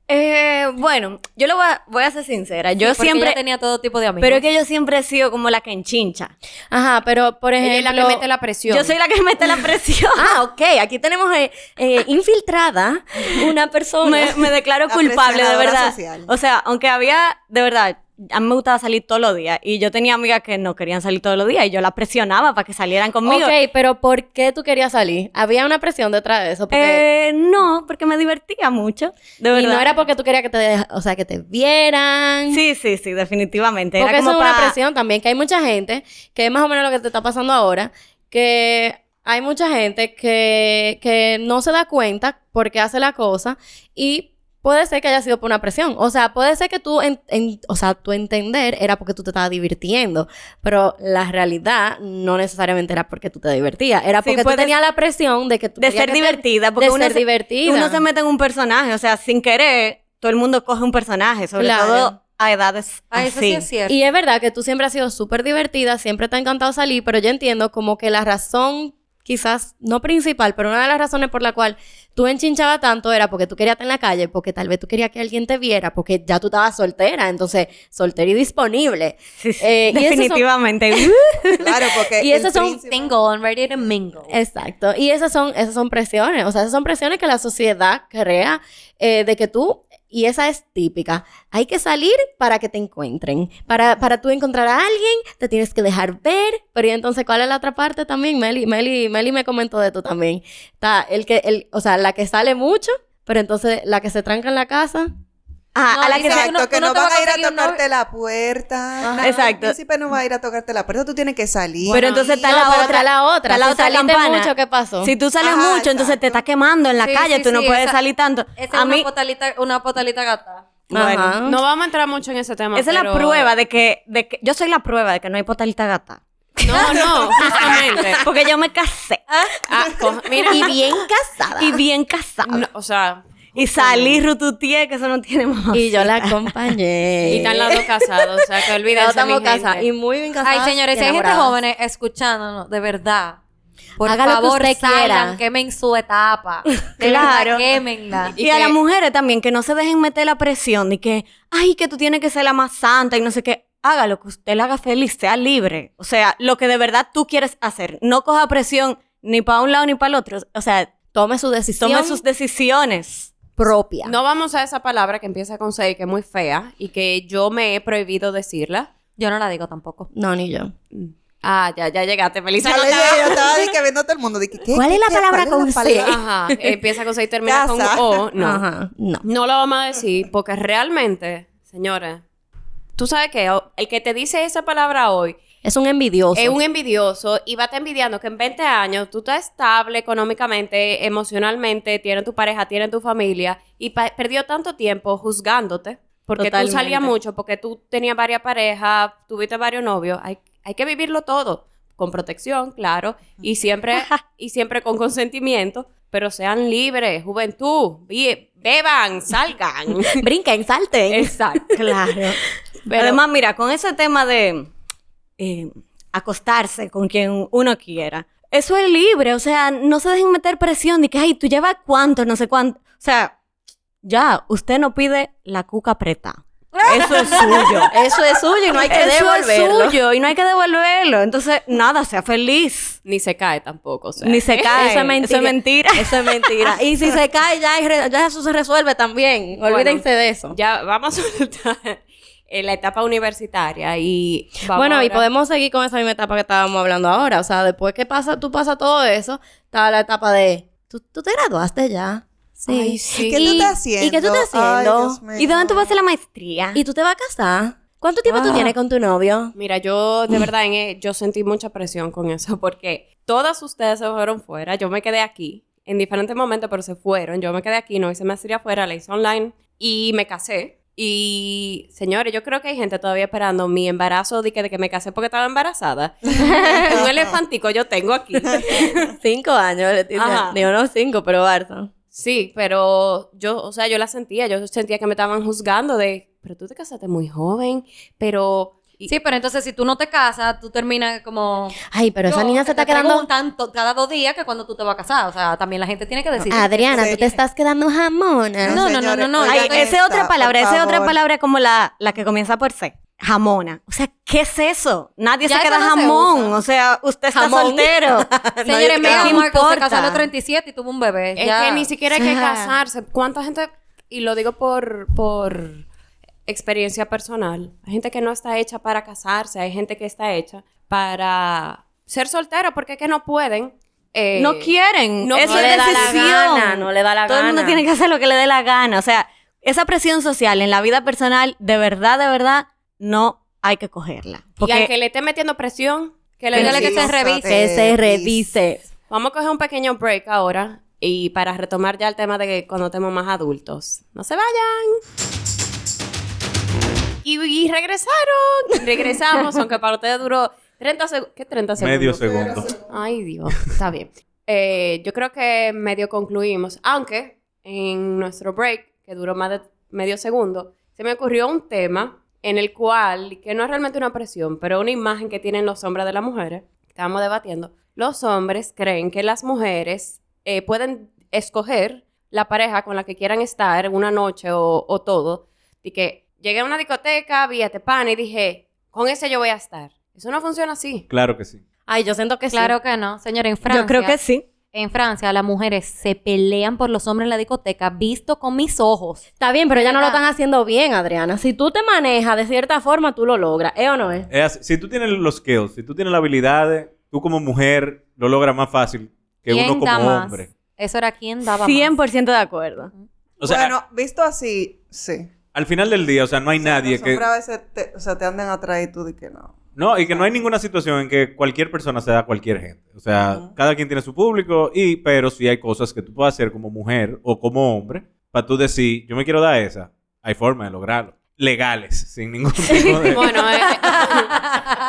A: Eh, bueno, yo lo voy a, voy a ser sincera. Yo
C: Porque
A: siempre.
C: ella tenía todo tipo de amigos.
A: Pero es que yo siempre he sido como la que enchincha.
D: Ajá, pero por
E: Ella
D: ejemplo.
E: es la que mete la presión.
A: Yo soy la que mete (laughs) la presión.
D: Ah, ok, aquí tenemos eh, eh, infiltrada una persona.
A: me, me declaro
B: La
A: culpable, de
B: presionadora
A: verdad.
B: social.
A: O sea, aunque había, de verdad, a mí me gustaba salir todos los días y yo tenía amigas que no querían salir todos los días y yo las presionaba para que salieran conmigo.
D: Ok, pero ¿por qué tú querías salir? Había una presión detrás de eso. Porque...
A: Eh, no, porque me divertía mucho. De
D: y
A: verdad.
D: no era porque tú querías que te, deja- o sea, que te vieran.
A: Sí, sí, sí, definitivamente.
D: Porque
A: era
D: eso
A: como
D: es una
A: pa-
D: presión también, que hay mucha gente, que es más o menos lo que te está pasando ahora, que hay mucha gente que, que no se da cuenta por qué hace la cosa y puede ser que haya sido por una presión. O sea, puede ser que tú, en- en- o sea, tu entender era porque tú te estabas divirtiendo, pero la realidad no necesariamente era porque tú te divertías, era
A: Sí,
D: porque tú
A: puedes-
D: tenías la presión de que tú
A: De
D: querías
A: ser
D: que te-
A: divertida, porque
D: de
A: uno
D: ser
A: se-
D: divertida.
A: Uno se mete en un personaje, o sea, sin querer, todo el mundo coge un personaje, sobre
D: Claro.
A: todo a edades
C: Ah, eso
A: así.
C: sí es cierto.
D: Y es verdad que tú siempre has sido súper divertida, siempre te ha encantado salir, pero yo entiendo como que la razón, quizás no principal, pero una de las razones por la cual tú enchinchabas tanto era porque tú querías estar en la calle, porque tal vez tú querías que alguien te viera, porque ya tú estabas soltera, entonces soltera y disponible.
A: Sí, sí,
D: Eh, y esos son- (laughs)
A: definitivamente. Uh,
B: Claro, porque.
D: Y
B: el
D: esos son
B: príncipe-
C: Single, I'm ready to mingle.
D: Exacto. Y esas son, esas son presiones. O sea, esas son presiones que la sociedad crea eh, de que tú, y esa es típica, hay que salir para que te encuentren. Para, para tú encontrar a alguien, te tienes que dejar ver. Pero y entonces, ¿cuál es la otra parte también? Meli, Meli, Meli me comentó de esto también. Está el que, el, o sea, la que sale mucho, pero entonces la que se tranca en la casa.
A: Ah,
C: No,
A: a la
C: dice
A: que se-
C: tú no-
B: Exacto, que
C: tú
B: no,
C: no te
B: van
C: vas a
B: a ir a
C: conseguir un novio.
B: tocarte la puerta.
A: Ajá.
B: No,
A: Exacto.
B: El príncipe no va a ir a tocarte la puerta. Tú tienes que salir.
A: Pero entonces está la
D: No, pero
A: otra,
D: está la otra.
A: está la
D: Si
A: otra
D: saliste
A: campana.
D: mucho, ¿qué pasó?
A: Si tú sales
B: Ajá,
A: mucho,
B: exacto.
A: entonces te está quemando en la
C: Sí,
A: calle,
C: sí,
A: tú no
C: sí,
A: puedes
C: esa-
A: salir tanto.
C: Esa es
A: A
C: una
A: mí,
C: potalita, una potalita gata.
A: bueno,
D: Ajá.
E: Ah. No vamos a entrar mucho en ese tema.
A: esa es la
E: pero-
A: prueba de que, de que- yo soy la prueba de que no hay potalita gata.
E: (laughs) No, no,
A: (laughs)
E: justamente.
A: Porque yo me casé
E: Ah, co- mira,
D: Y bien casada.
A: y bien casada.
E: no, o sea,
A: Y salí rututié, que eso no tiene más.
D: (laughs) Y yo la acompañé.
E: y están las dos casadas, o sea, que
D: Todos
E: olvídense,
D: Eh. estamos
E: mi gente.
D: casadas y muy bien casadas.
C: Ay, señores,
D: y
C: si hay gente
D: enamoradas.
C: jóvenes escuchándonos, de verdad. Por
D: Haga lo que
C: favor,
D: usted quiera.
C: salgan, quemen
A: (laughs)
C: su etapa. De
A: Claro.
C: verdad, quémenla.
A: Y, a las mujeres también, que no se dejen meter la presión de que, ay, que tú tienes que ser la más santa y no sé qué. Hágalo, que usted la haga feliz, sea libre. O sea, lo que de verdad tú quieres hacer. No coja presión ni para un lado ni para el otro. O sea,
D: Tome su decisión
A: tome sus decisiones.
D: propia.
E: No vamos a esa palabra que empieza con 6, que es muy fea y que yo me he prohibido decirla.
C: Yo no la digo tampoco.
D: No, ni yo.
E: Ah, ya, ya llegaste, Melissa.
B: Ya
E: no
B: le
E: te
B: dije,
E: hagas.
B: yo estaba de que viendo a todo el mundo. de que, ¿qué,
D: ¿Cuál
B: qué,
D: es la
B: qué?
D: palabra
B: ¿Cuál es
D: con
B: la
D: C?
B: palabra?
E: Ajá, empieza con 6 y termina con
B: Casa.
E: O. No.
D: Ajá, no.
E: No lo vamos a decir porque realmente, señores, tú sabes que o- el que te dice esa palabra hoy
D: Es un envidioso.
E: es un envidioso y va a estar envidiando que en 20 años tú estás estable económicamente, emocionalmente, tienes tu pareja, tienes tu familia y pa- perdió tanto tiempo juzgándote porque
D: Totalmente.
E: tú salías mucho, porque tú tenías varias parejas, tuviste varios novios. Hay, hay que vivirlo todo con protección, claro, y siempre y siempre con consentimiento, pero sean libres, juventud, vie-
A: (laughs)
E: beban, salgan.
D: Brinquen, salten.
E: Exacto.
A: Claro.
E: Pero-
A: Además, mira, con ese tema de eh, acostarse con quien uno quiera, eso es libre, o sea, no se dejen meter presión de que, ay, tú llevas cuánto, no sé cuánto. O sea, ya, usted no pide la cuca preta. Eso es (laughs) suyo.
D: Eso es suyo y no hay que
A: Eso
D: devolverlo.
A: es suyo y no hay que devolverlo. Entonces, nada, sea feliz.
E: Ni se cae tampoco, o sea. (laughs)
A: Ni se cae.
D: Eso es mentira. Eso es mentira. Y si se cae, ya, hay re- ya eso se resuelve también.
E: Bueno.
D: Olvídense de eso.
E: Ya vamos a soltar eh, la etapa universitaria y vamos
D: bueno, y
E: ahora-
D: podemos seguir con esa misma etapa que estábamos hablando ahora. O sea, después que pasa, tú pasas todo eso, está la etapa de. Tú, tú te graduaste ya. Sí.
E: Ay, sí.
B: ¿Qué tú
D: Y-
B: estás haciendo?
D: ¿Y qué tú estás
B: Ay,
D: haciendo?
B: Dios mío.
A: ¿Y dónde tú vas a hacer la maestría?
D: Ah. ¿Y tú te vas a casar? ¿Cuánto tiempo tú tienes con tu novio?
E: Mira, yo de verdad en, eh, yo sentí mucha presión con eso porque todas ustedes se fueron fuera, yo me quedé aquí en diferentes momentos, pero se fueron, yo me quedé aquí, no hice maestría afuera, la hice online y me casé. Y señores, yo creo que hay gente todavía esperando mi embarazo de que, de que me casé porque estaba
D: (laughs)
E: embarazada. Un elefantico yo tengo aquí.
D: Cinco años, Leticia.
E: Ajá.
D: Digo, no cinco, pero Barça.
E: Sí, pero yo, o sea, yo la sentía, yo sentía que me estaban juzgando de, pero tú te casaste muy joven, pero... y-
C: Sí, pero entonces si tú no te casas, tú terminas como...
D: Ay, pero esa
C: Yo,
D: niña se
C: te
D: está quedando.
C: preguntan to- cada dos días que cuando tú te vas a casar. O sea, también la gente tiene que decir.
D: (laughs) Adriana,
B: Sí.
D: tú te estás quedando jamona.
C: No, no, no,
B: señores,
C: no, no.
B: oigan
C: Ay,
A: pues esa es
B: esta,
A: otra
B: por
A: palabra, esa es otra
B: favor.
A: palabra como la, la que comienza por C. Jamona. O sea, ¿qué es eso? Nadie
C: Ya
A: se
C: eso
A: queda
C: no se
A: jamón.
C: usa.
A: o sea, usted está
D: Jamón. (laughs)
A: soltero.
C: Señores,
A: ¿qué
C: Meghan Markle se
A: importa?
C: casó a los 37 y tuvo un bebé.
E: Es
C: ya.
E: que ni siquiera hay que
A: Ajá.
E: casarse. ¿Cuánta gente, y lo digo por, por experiencia personal. Hay gente que no está hecha para casarse, hay gente que está hecha para ser soltero porque es que no pueden. eh,
A: no quieren.
E: no-
A: eso
E: no
A: es
E: le da la
A: decisión.
D: gana, no le da la
A: Todo el mundo
D: gana.
A: tiene que hacer lo que le dé la gana. O sea, esa presión social en la vida personal, de verdad, de verdad, no hay que cogerla.
E: Y al que
A: Porque
E: le esté metiendo presión, que le
C: Dígale que se revise.
B: eh,
D: que se revise.
E: Vamos a coger un pequeño break ahora y para retomar ya el tema de que cuando estemos más adultos. ¡No se vayan! Y, y regresaron. Regresamos, (laughs) aunque para ustedes duró 30 segundos. ¿Qué 30 segundos?
F: Medio segundo.
E: Ay, Dios. Está bien. Eh, yo creo que medio concluimos. Aunque en nuestro break, que duró más de medio segundo, se me ocurrió un tema en el cual, que no es realmente una presión, pero una imagen que tienen los hombres de las mujeres, que estábamos debatiendo. Los hombres creen que las mujeres eh, pueden escoger la pareja con la que quieran estar una noche o, o todo. Y que llegué a una discoteca, vi a este pan y dije, con ese yo voy a estar. Eso no funciona así.
F: Claro que sí.
D: Ay, yo siento que sí.
C: Claro que no. Señora, en Francia.
A: yo creo que sí.
C: En Francia, las mujeres se pelean por los hombres en la discoteca, visto con mis ojos.
D: Está bien, pero ya no lo
C: ¿Verdad?
D: están haciendo bien, Adriana. Si tú te manejas de cierta forma, tú lo logras. ¿Eh o no es?
F: Es así. Si tú tienes los skills, si tú tienes las habilidades, tú como mujer lo logras más fácil que
C: ¿Quién
F: uno
C: da
F: como
C: más?
F: hombre.
C: Eso era quién daba más.
A: 100% de acuerdo.
F: O sea,
B: bueno, visto así, sí.
F: al final del día, o sea, no hay nadie
B: Los
F: que...
B: hombres a veces te, o sea, te andan atrás y tú de que no.
F: No, y que no hay ninguna situación en que cualquier persona se da a cualquier gente. O sea, cada quien tiene su público y... Pero sí hay cosas que tú puedes hacer como mujer o como hombre para tú decir, yo me quiero dar esa. Hay forma de lograrlo. Legales, (laughs) sin ningún
A: (laughs)
F: tipo de...
E: Bueno, eh,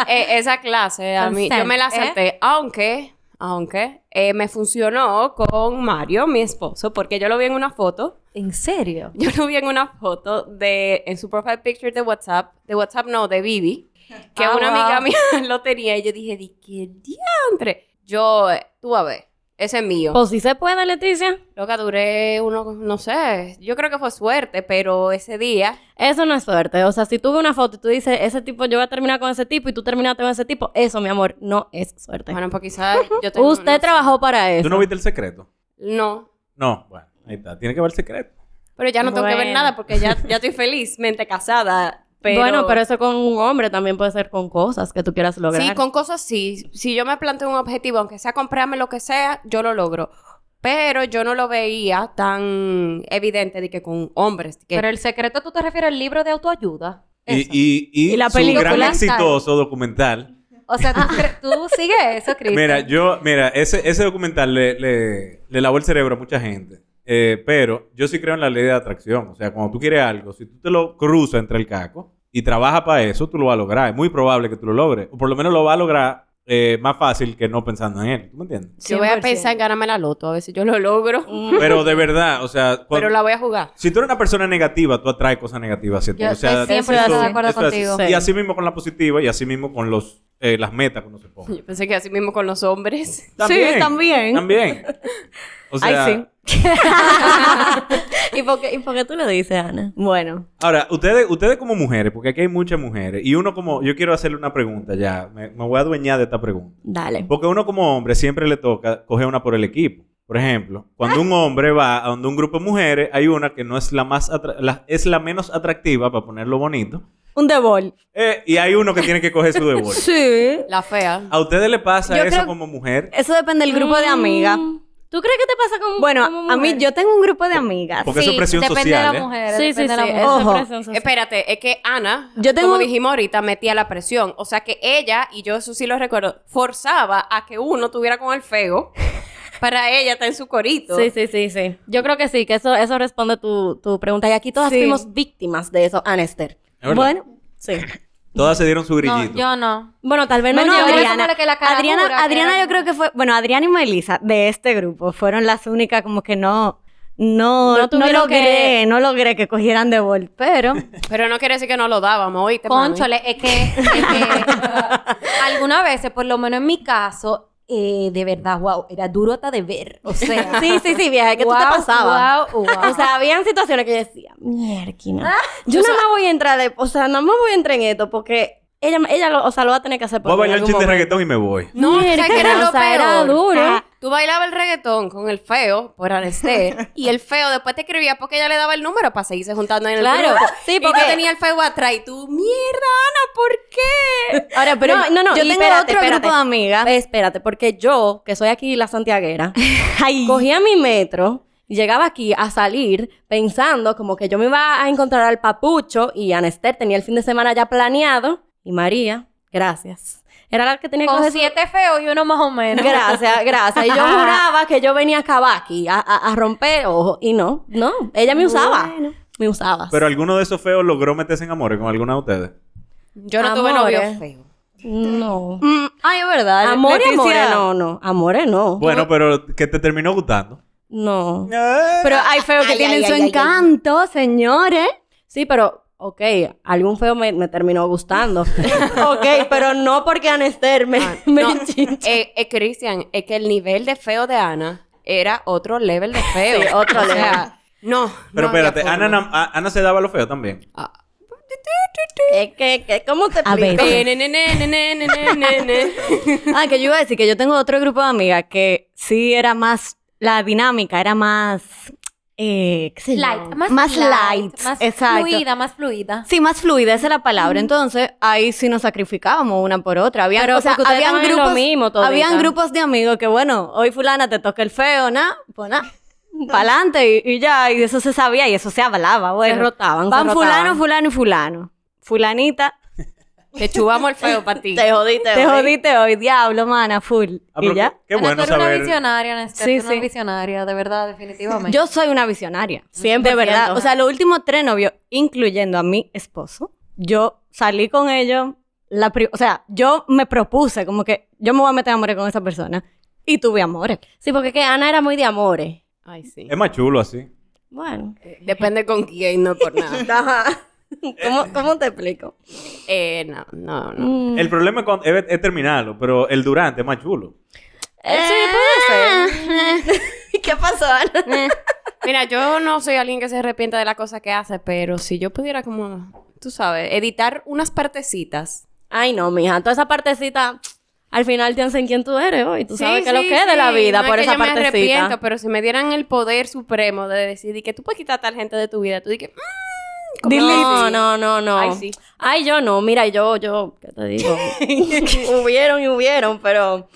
E: eh, esa clase a mí, yo me la
C: Consent, ¿eh?
E: salté, aunque, aunque eh, me funcionó con Mario, mi esposo, porque yo lo vi en una foto, (laughs)
C: ¿En serio?
E: yo lo vi en una foto de, en su profile picture de WhatsApp, de WhatsApp no, de Vivi, que
C: Ah,
E: una
C: wow.
E: amiga mía (laughs) lo tenía y yo dije, "Di, ¿qué diantre? Yo, eh, tú a ver, ese es mío.
D: Pues sí se puede, Leticia.
E: Loca, duré uno, no sé, yo creo que fue suerte, pero ese día...
D: Eso no es suerte. O sea, si tú ves una foto y tú dices, ese tipo, yo voy a terminar con ese tipo y tú terminaste con ese tipo, eso, mi amor, no es suerte.
E: Bueno, pues quizás yo tengo...
D: Usted
E: no sé.
D: trabajó para eso.
F: ¿Tú no viste el secreto?
E: No,
F: No, bueno, ahí está. Tiene que ver el secreto.
E: Pero ya no tengo que ver
D: Bueno.
E: nada porque ya, ya estoy felizmente casada. Pero...
D: Bueno, pero eso con un hombre también puede ser con cosas que tú quieras lograr.
E: Sí, con cosas sí. Si yo me planteo un objetivo, aunque sea comprarme lo que sea, yo lo logro. Pero yo no lo veía tan evidente de que con hombres. de que-
C: Pero el secreto, ¿tú te refieres al libro de autoayuda?
F: Y,
C: Eso.
F: y, y,
A: Y la
F: su
A: película.
F: gran exitoso documental
C: O
D: (laughs)
C: sea, ¿tú, cre- tú sigues eso, Cristian.
F: Mira, yo, mira, ese, ese documental le, le, le lavó el cerebro a mucha gente. Eh, pero yo sí creo en la ley de atracción. O sea, cuando tú quieres algo, si tú te lo cruzas entre el caco y trabajas para eso, tú lo vas a lograr. Es muy probable que tú lo logres. O por lo menos lo vas a lograr eh, más fácil que no pensando en él. ¿Tú me entiendes?
E: yo voy a pensar en ganarme la loto, a ver si yo lo logro.
F: Pero de verdad, o sea, cuando-
E: Pero la voy a jugar.
F: si tú eres una persona negativa, tú atraes cosas negativas hacia ti.
C: Yo
F: O sea,
C: estoy 100%
F: eso-
C: de acuerdo
F: eso es así.
C: contigo.
F: Y así mismo con la positiva y así mismo con los, eh, las metas que uno se ponga.
E: Yo pensé que así mismo con los
F: (laughs)
E: hombres.
A: Sí, también.
F: También. O sea,
A: Ay, sí.
D: (laughs) ¿Y, por qué, ¿Y por qué tú lo dices, Ana?
A: Bueno,
F: Ahora, ustedes, ustedes como mujeres, porque aquí hay muchas mujeres, y uno como, yo quiero hacerle una pregunta ya, me, me voy a adueñar de esta pregunta.
D: Dale.
F: Porque uno como hombre siempre le toca coger una por el equipo. Por ejemplo, cuando un hombre va a donde un grupo de mujeres, hay una que no es la más, atra- la- es la menos atractiva, para ponerlo bonito,
A: un debol.
F: eh, y hay uno que tiene que coger su devuelta.
A: Sí.
E: La fea.
F: ¿A ustedes le pasa
A: Yo
F: eso
A: creo-
F: como mujer?
A: Eso depende del grupo de amigas.
D: Mm, ¿Tú crees que te pasa con
A: Bueno,
D: como
A: a mí
D: mujer?
A: yo tengo un grupo de amigas.
F: Porque eso es presión
C: depende
F: social,
C: de
F: ¿eh?
C: la mujer.
D: Sí, sí,
C: depende
D: sí.
C: de la mujer.
D: eso es
A: Ojo.
D: presión social.
E: Espérate, es que Ana,
A: Yo tengo
E: como
A: un-
E: dijimos ahorita, metía la presión. O sea que ella, y yo eso sí lo recuerdo, forzaba a que uno tuviera con el feo para ella estar en su corito.
D: Sí, sí, sí, sí. Yo creo que sí, que eso, eso responde tu, tu pregunta. Y aquí todas
A: Sí.
D: fuimos víctimas de eso, Anester.
F: Es verdad.
D: Bueno, sí.
F: Todas se dieron su
C: No,
F: grillito.
C: yo no.
D: Bueno, tal vez no,
A: Menos
D: yo-
C: yo-
A: Adriana.
C: Adriana, que la cara
A: Adriana,
C: dura, que
A: Adriana
C: era
A: yo
C: como-
A: creo que fue, bueno, Adriana y Melissa de este grupo fueron las únicas como que no, no,
D: No
A: no,
D: tuvieron
A: logré,
D: que-
A: no logré que cogieran de vol, pero
E: Pero no quiere decir que no lo dábamos, oíste, mami?
C: Conchole, es que, es
D: (laughs)
C: que algunas veces, por lo menos en mi caso, eh, de verdad, wow, era duro hasta de ver. O (laughs) sea,
D: Sí, sí, sí, vieja, que tú te
C: Pues, guau,
D: pasabas.
C: guau, guau.
D: O sea, habían situaciones que yo decía, mierda, yo nada más voy a entrar, de, o sea, nada más voy a entrar en esto porque ella, ella lo, o sea, lo va a tener que hacer por
F: Voy a
D: mí en
F: bailar un
D: algún
F: chiste de
D: momento.
F: reggaetón y me voy.
E: No, o sea, que era
D: Mierda,
E: lo
D: o sea, era
E: peor.
D: duro.
A: Ah,
E: Tú bailabas el reggaetón con el feo por Arester y el feo después te escribía porque ella le daba el número para seguirse juntando en el
D: Claro.
E: grupo.
D: Sí,
E: y
D: porque-
E: yo tenía el feo atrás y tú, mierda, Ana, ¿por qué?
D: Ahora, pero
A: No,
D: no, no,
A: yo
D: y
A: tengo
D: espérate,
A: otro
D: espérate.
A: grupo de amigas.
D: Ve, Espérate, porque yo, que soy aquí la santiaguera, cogía mi metro, llegaba aquí a salir pensando como que yo me iba a encontrar al papucho y Anester tenía el fin de semana ya planeado y María, gracias. Era la que tenía que
C: Con
D: coger su-
C: siete feos y uno más o
A: (laughs)
C: menos.
D: Gracias, gracias. Y yo juraba que yo venía a Kabaki a, a, a romper ojos. Y no, no. Ella me usaba. Me usaba.
F: Pero alguno de esos feos logró meterse en amores con alguna de ustedes.
E: Yo no tuve novio
D: Amores.
E: feo.
D: No.
A: Mm, ay, es verdad.
D: Amor y
A: Leticia.
D: amores, no, no. Amores, no.
F: Bueno, pero que te terminó gustando.
D: No.
A: Pero hay feos que
E: Ay,
A: tienen
E: ay,
A: su
E: ay, ay, ay.
A: encanto, señores.
D: Sí, pero, ok, algún feo me, me terminó gustando. Ah, ok, pero no porque Anester me, (laughs) me
E: Ah, No,
D: chincha.
E: eh, eh, Cristian, es que el nivel de feo de Ana era otro level de feo.
D: Sí, otro
E: O sea, no.
F: Pero
E: no había
F: espérate,
E: forma.
F: Ana, nam- a- Ana se daba lo feo también.
D: Es que, que- ¿cómo te
A: A ver.
D: explico?
E: Eh, ne, ne, ne, ne, ne, ne, ne, ne.
D: (laughs)
A: Ah, que yo iba a decir que yo tengo otro grupo de amigas que sí era más, la dinámica era más, eh, ¿qué se
C: Light.
A: llama?
C: Más,
A: light.
C: Más
A: exacto.
C: fluida, más fluida.
A: Sí, más fluida, esa es la palabra. Entonces, ahí sí nos sacrificábamos una por otra. Había,
D: Pero
A: o sea,
D: porque ustedes
A: habían
D: estaban en lo
A: grupos,
D: mismo todita.
A: habían grupos de amigos que, bueno, hoy fulana te toca el feo, ¿na? Pues
D: (laughs)
A: nada, pa'lante y, y ya. Y eso se sabía y eso se hablaba, bueno.
D: rotaban, se
A: Van
D: rotaban.
A: fulano, fulano y fulano. Fulanita,
E: Te chubamos el feo para ti.
D: Te jodí, te
A: te
D: jodí.
A: jodiste hoy, diablo, mana, full.
F: Ah,
A: y
F: pero
A: ya.
F: Qué, qué
C: Ana,
F: bueno
C: tú eres
F: saber.
C: una visionaria,
A: Sí,
C: Nestor. tú eres
A: sí.
C: una visionaria, de verdad, definitivamente.
A: Yo soy una visionaria.
D: 100%.
A: De verdad. O sea, los últimos tres novios, incluyendo a mi esposo, yo salí con ellos. La pri- o sea, yo me propuse como que yo me voy a meter a amores con esa persona. Y tuve amores.
D: Sí, porque que Ana era muy de amores.
E: Ay, sí.
F: Es más chulo así.
D: Bueno,
E: Depende con quién, no por
D: (laughs)
E: nada.
D: ¿cómo, cómo te explico?
E: Eh, no, no, no.
D: Mm.
F: El problema es, cuando- es, es terminarlo, pero el durante es más chulo.
D: Eh, sí, puede ser. ¿Qué pasó, Ana?
E: Mira, yo no soy alguien que se arrepienta de la cosa que hace, pero si yo pudiera como, tú sabes, editar unas partecitas.
D: Ay, no, mija. Toda esa partecita, al final te hacen quién tú eres hoy. Tú sabes
E: Sí,
D: que lo
E: sí,
D: que es de
E: sí.
D: la vida
E: No
D: por
E: es que
D: esa
E: yo
D: partecita.
E: me arrepiento, pero si me dieran el poder supremo de decidir que tú puedes quitar a tal gente de tu vida, tú dices, "Mm, ¿cómo
D: No,
E: así?".
D: no, no, no.
E: Ay, sí.
D: Ay, yo no. Mira, yo, yo, ¿qué te digo?
C: (laughs)
D: hubieron y hubieron, pero,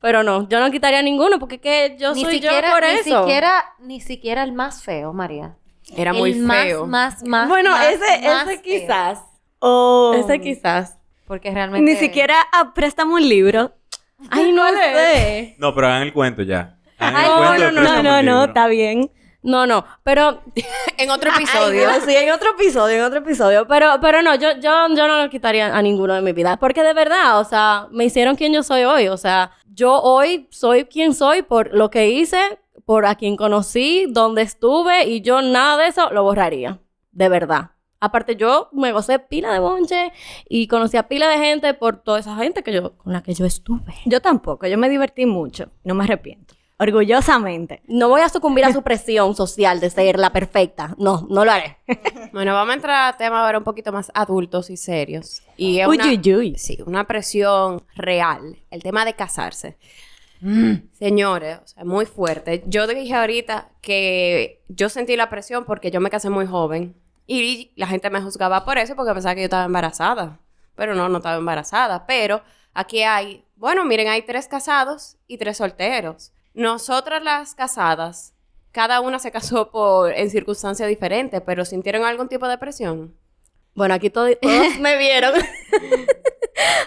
D: pero no. Yo no quitaría ninguno porque es que yo
C: ni
D: soy
C: siquiera,
D: yo por
C: ni
D: eso.
C: siquiera, ni siquiera el más feo, María.
E: Era muy
C: el más,
E: feo.
C: Más, más,
D: bueno,
C: más,
D: ese,
C: más
D: ese
C: feo.
D: quizás.
A: Oh.
D: Ese quizás.
C: Porque realmente.
A: Ni siquiera ah, préstame un libro.
D: Ay, no sé.
F: No, pero hagan el cuento ya. Hagan
D: Ay,
F: el
D: no,
F: cuento de
D: no,
A: No,
F: préstamo
A: no,
F: el
A: no,
F: libro.
A: está bien.
D: No, no. Pero
E: en otro
D: Ay,
E: episodio.
D: Dios, sí, en otro episodio, en otro episodio. Pero, pero no, yo, yo, yo no lo quitaría a ninguno de mi vida. Porque de verdad, o sea, me hicieron quien yo soy hoy. O sea, yo hoy soy quien soy por lo que hice, por a quien conocí, donde estuve, y yo nada de eso lo borraría. De verdad. Aparte, yo me gocé pila de bonche y conocí a pila de gente por toda esa gente que yo, con la que yo estuve.
A: Yo tampoco, yo me divertí mucho. No me arrepiento. Orgullosamente.
D: No voy a sucumbir a su presión social de ser la perfecta. No, no lo haré.
E: Bueno, vamos a entrar a temas ahora un poquito más adultos y serios. Y es
A: Uy,
E: una,
A: uy, uy.
E: Sí, una presión real. El tema de casarse.
A: Mm.
E: Señores, o sea, muy fuerte. Yo dije ahorita que yo sentí la presión porque yo me casé muy joven. Y la gente me juzgaba por eso porque pensaba que yo estaba embarazada. Pero no, no estaba embarazada. Pero aquí hay, bueno, miren, hay tres casados y tres solteros. Nosotras las casadas, cada una se casó por, en circunstancias diferentes, pero sintieron algún tipo de presión.
D: Bueno, aquí todo, todas me vieron. (laughs)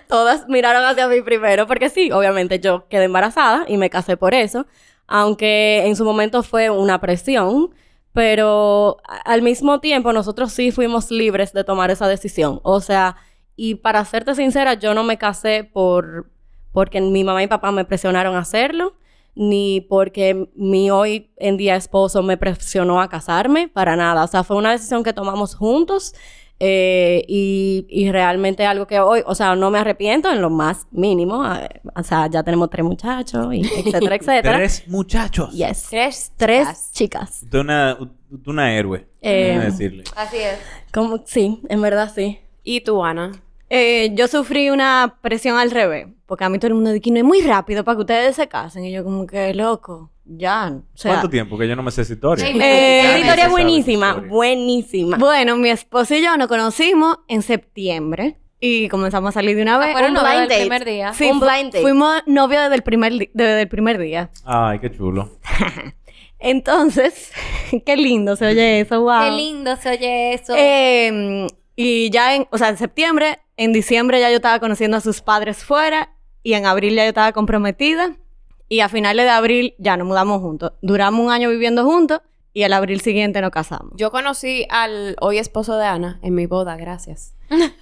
D: todas miraron hacia mí primero, porque sí, obviamente yo quedé embarazada y me casé por eso. Aunque en su momento fue una presión, pero a- al mismo tiempo nosotros sí fuimos libres de tomar esa decisión. O sea, y para serte sincera, yo no me casé por porque mi mamá y papá me presionaron a hacerlo, ni porque mi hoy en día esposo me presionó a casarme, para nada. O sea, fue una decisión que tomamos juntos eh, y, y realmente algo que hoy, o sea, no me arrepiento en lo más mínimo. A- O sea, ya tenemos tres muchachos, y etcétera, etcétera.
F: Tres muchachos.
D: yes.
E: Tres,
D: Tres chicas.
F: Usted es una, usted es una héroe.
D: Eh,
F: déjame decirle.
C: Así es.
D: Como, sí, en verdad sí.
E: ¿Y tú, Ana?
A: eh, yo sufrí una presión al revés, porque a mí todo el mundo dice que no es muy rápido para que ustedes se casen. Y yo como que, loco, ya. o sea,
F: ¿Cuánto tiempo? Que yo no me sé esa historia.
C: Sí,
A: Eh,
F: Ya
D: Esa
F: ni se
D: historia
F: sabe
D: es
F: la
D: buenísima,
F: historia.
D: buenísima.
A: Bueno, mi esposo y yo nos conocimos en septiembre y comenzamos a salir
D: Ah,
A: de una vez.
C: fueron
A: Un
C: novios
A: blind
C: del
A: date.
C: primer día.
A: Sí,
D: Un
A: fu-
D: blind date.
A: Fuimos novios desde el primer, li- desde el primer día.
F: Ay, qué chulo.
A: Entonces, (laughs) qué lindo se oye eso, wow.
C: Qué lindo se oye eso.
A: Eh, y ya en, o sea, en septiembre, en diciembre ya yo estaba conociendo a sus padres fuera y en abril ya yo estaba comprometida y a finales de abril ya nos mudamos juntos. Duramos un año viviendo juntos y el abril siguiente nos casamos.
E: Yo conocí al hoy esposo de Ana en mi boda, gracias.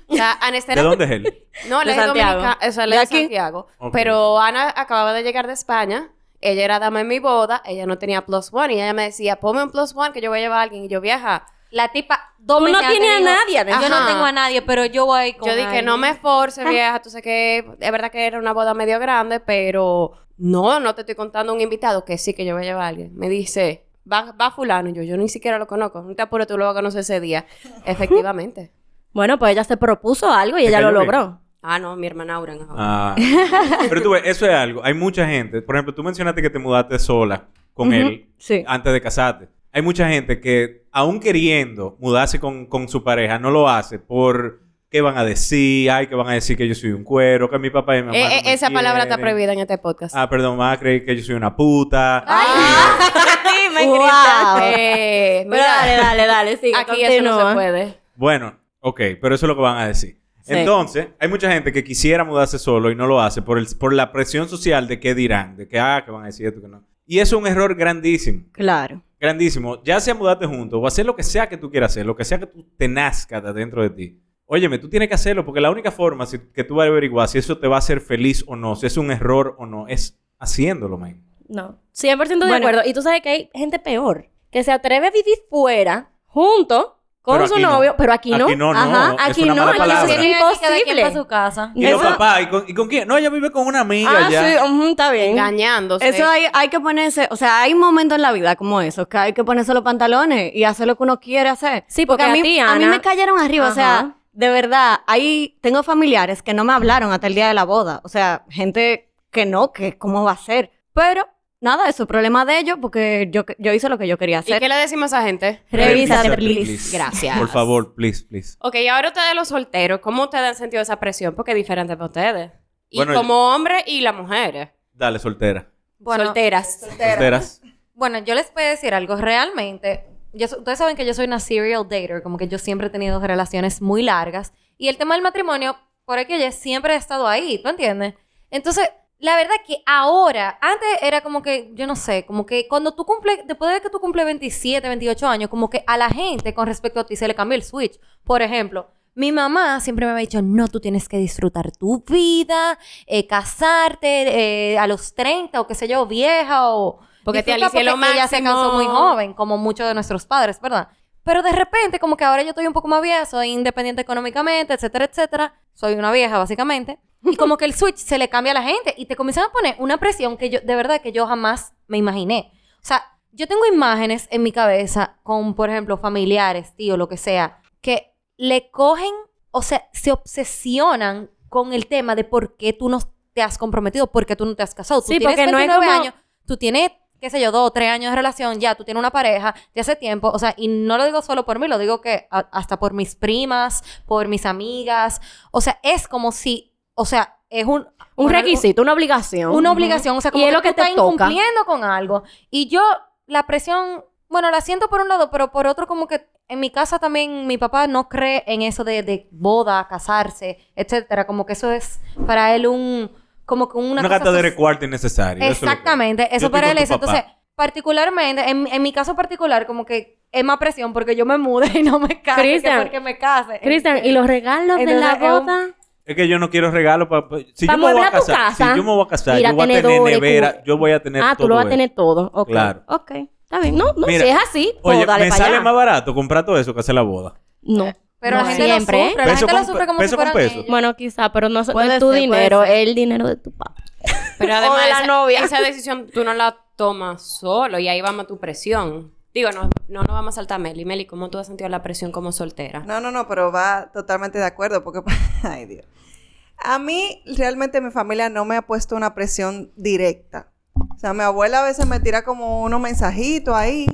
E: O sea, Ana está
F: ¿De dónde es él?
E: No, él
D: De
E: es
D: Santiago.
E: dominica- o sea, él
A: ¿De
E: es de
A: aquí?
E: Santiago.
F: Ok.
E: Pero Ana acababa de llegar de España. Ella era dama en mi boda. Ella no tenía plus one. Y ella me decía, ponme un plus one que yo voy a llevar a alguien. Y yo, vieja,
C: la tipa, dos
D: Tú no
C: meses antes
D: tienes a
C: dijo,
D: nadie adentro.
C: Yo no
E: Ajá.
C: tengo a nadie, pero yo voy con
E: Yo dije,
C: alguien".
E: no me esforce, vieja. Tú sé que es verdad que era una boda medio grande, pero no, no te estoy contando un invitado que sí que yo voy a llevar a alguien. Me dice, va, va fulano. Y yo, yo ni siquiera lo conozco. No te apures, tú lo vas a conocer ese día. Efectivamente.
D: Bueno, pues ella se propuso algo y
F: ¿Te
D: ella lo
F: cayó bien?
D: logró.
E: Ah, no, mi hermana Auran.
F: Ah. Pero tú ves, eso es algo. Hay mucha gente. Por ejemplo, tú mencionaste que te mudaste sola con
A: Ujú,
F: él
A: Sí.
F: antes de casarte. Hay mucha gente que, aún queriendo mudarse con, con su pareja, no lo hace por qué van a decir, ay, que van a decir que yo soy un cuero, que mi papá y mi mamá. no me
E: Eh, esa palabra está
F: quieren.
E: prohibida en este podcast.
F: Ah, perdón, van a creer que yo soy una puta.
D: (laughs) me
A: Ah. Wow.
E: Eh,
D: Pero dale,
E: mira,
D: dale, dale, sigue,
E: aquí eso no
D: continúa.
E: se puede.
F: Bueno, ok, pero eso es lo que van a decir.
D: Sí.
F: Entonces, hay mucha gente que quisiera mudarse solo y no lo hace por, el, por la presión social de qué dirán, de que, ah, que van a decir esto, que no. Y eso es un error grandísimo,
A: Claro.
F: grandísimo. Ya sea mudarte juntos o hacer lo que sea que tú quieras hacer, lo que sea que tú te nazca de dentro de ti. Óyeme, tú tienes que hacerlo porque la única forma si- que tú vas a averiguar si eso te va a hacer feliz o no, si es un error o no, es haciéndolo, man.
D: No, 100% de
A: Bueno.
D: acuerdo. Y tú sabes que hay gente peor que se atreve a vivir fuera, junto, con
F: Pero
D: su
F: aquí no.
D: novio, pero aquí no.
F: Aquí no, no,
D: Ajá,
F: es
D: aquí
F: una
D: no,
F: mala
D: aquí eso
F: palabra.
D: es
C: Tienen aquí cada quien para
D: imposible.
C: su casa.
F: Y
D: Eso-
F: los papás, ¿y con, y con quién? No, ella vive con una amiga
D: Ah,
F: ya.
D: sí, ujú, está bien.
E: Engañándose.
A: Eso hay, hay que ponerse, o sea, hay momentos en la vida como esos que hay que ponerse los pantalones y hacer lo que uno quiere hacer.
D: Sí, porque
A: a mí,
D: a ti,
A: a mí
D: Ana-
A: me cayeron arriba, o sea,
D: Ajá.
A: de verdad, ahí tengo familiares que no me hablaron hasta el día de la boda, o sea, gente que no, que cómo va a ser, pero nada, eso es problema de ellos porque yo, yo hice lo que yo quería
E: ¿Y
A: hacer.
E: qué le decimos a esa gente?
A: Revísate,
F: Revísate,
A: please.
E: Gracias.
F: Por favor, please, please.
E: Ok, y ahora ustedes los solteros, ¿cómo ustedes han sentido esa presión? Porque es diferente para ustedes. Y
F: Bueno,
E: como hombres y las mujeres.
F: Dale, soltera.
C: Bueno,
E: solteras.
F: Solteras.
C: Bueno, yo les voy a decir algo. Realmente, yo so- ustedes saben que yo soy una serial dater, como que yo siempre he tenido relaciones muy largas. Y el tema del matrimonio, por aquí ya siempre he estado ahí, ¿tú entiendes? Entonces, la verdad que ahora, antes era como que, yo no sé, como que cuando tú cumples, después de que tú cumples 27, 28 años, como que a la gente con respecto a ti se le cambia el switch. Por ejemplo, mi mamá siempre me había dicho, no, tú tienes que disfrutar tu vida, eh, casarte eh, a los 30 o qué sé yo, vieja o...
E: Porque te
C: Disfruta
E: alicié lo
C: porque ella se
E: máximo.
C: casó muy joven, como muchos de nuestros padres, ¿verdad? Pero de repente, como que ahora yo estoy un poco más vieja, soy independiente económicamente, etcétera, etcétera. Soy una vieja, básicamente. Y como que el switch se le cambia a la gente y te comienzan a poner una presión que yo, de verdad, que yo jamás me imaginé. O sea, yo tengo imágenes en mi cabeza con, por ejemplo, familiares, tío, lo que sea, que le cogen, o sea, se obsesionan con el tema de por qué tú no te has comprometido, por qué tú no te has casado. Tú
D: Sí,
C: tienes
D: porque no es
C: 29
D: como-
C: años, tú tienes, qué sé yo, dos o tres años de relación, ya, tú tienes una pareja de hace tiempo, o sea, y no lo digo solo por mí, lo digo que a- hasta por mis primas, por mis amigas, o sea, es como si, o sea, es un...
D: Un
C: una-
D: requisito, una obligación.
C: una obligación, o sea,
D: Y
C: como
D: es
C: que
D: lo que
C: tú
D: te
C: estás
D: toca.
C: incumpliendo con algo. Y yo la presión, bueno, la siento por un lado, pero por otro como que en mi casa también mi papá no cree en eso de, de boda, casarse, etcétera, como que eso es para él un como que una,
F: Una,
C: cosa
F: gata de
C: soci-
F: recuarto innecesario. eso es lo que-
C: Exactamente,
F: Yo
C: eso
F: estoy
C: para él
F: con tu
C: es. Entonces,
F: papá.
C: particularmente, en, en mi caso particular, como que es más presión porque yo me mude y no me case
D: Cristian.
C: que porque me case.
D: Cristian, ¿y los regalos de
C: Entonces,
D: la
C: es un-
D: boda?
F: Es que yo no quiero regalos para... Si
D: Pa'
F: yo me voy a
D: amueblar tu
F: casar,
D: casa.
F: si yo me voy a casar,
D: Mira,
F: yo voy a tener
D: tenedores,
F: nevera,
D: cu-
F: yo voy a tener
D: Ah, tú
F: todo
D: lo vas a
F: eso.
D: tener todo. Ok.
F: Claro.
D: Ok. Está bien. No, no,
F: Mira,
D: si es así, pues
F: Oye,
D: dale
F: me
D: para
F: sale
D: allá.
F: más barato comprar todo eso que hacer la boda.
D: No.
C: Pero
D: no
C: la gente
D: siempre,
C: lo
D: ¿eh?
C: sufre, la
F: Peso
C: gente lo
F: con
C: sufre como
F: peso
C: si
F: con
C: fueran
F: peso.
C: ellos.
D: Bueno, quizá, pero no, no
A: Puede
D: es tu
A: ser, puede
D: dinero,
A: ser.
D: es el dinero de tu papá.
E: Pero
D: O
E: además,
D: de la
E: esa,
D: novia.
E: esa decisión tú no la tomas solo y ahí va más tu presión. Digo, no, no nos vamos a saltar a Meli. Meli, ¿cómo tú has sentido la presión como soltera?
B: No, no, no, pero va totalmente de acuerdo porque, (laughs) ay Dios. A mí realmente mi familia no me ha puesto una presión directa. O sea, mi abuela a veces me tira como unos mensajitos ahí,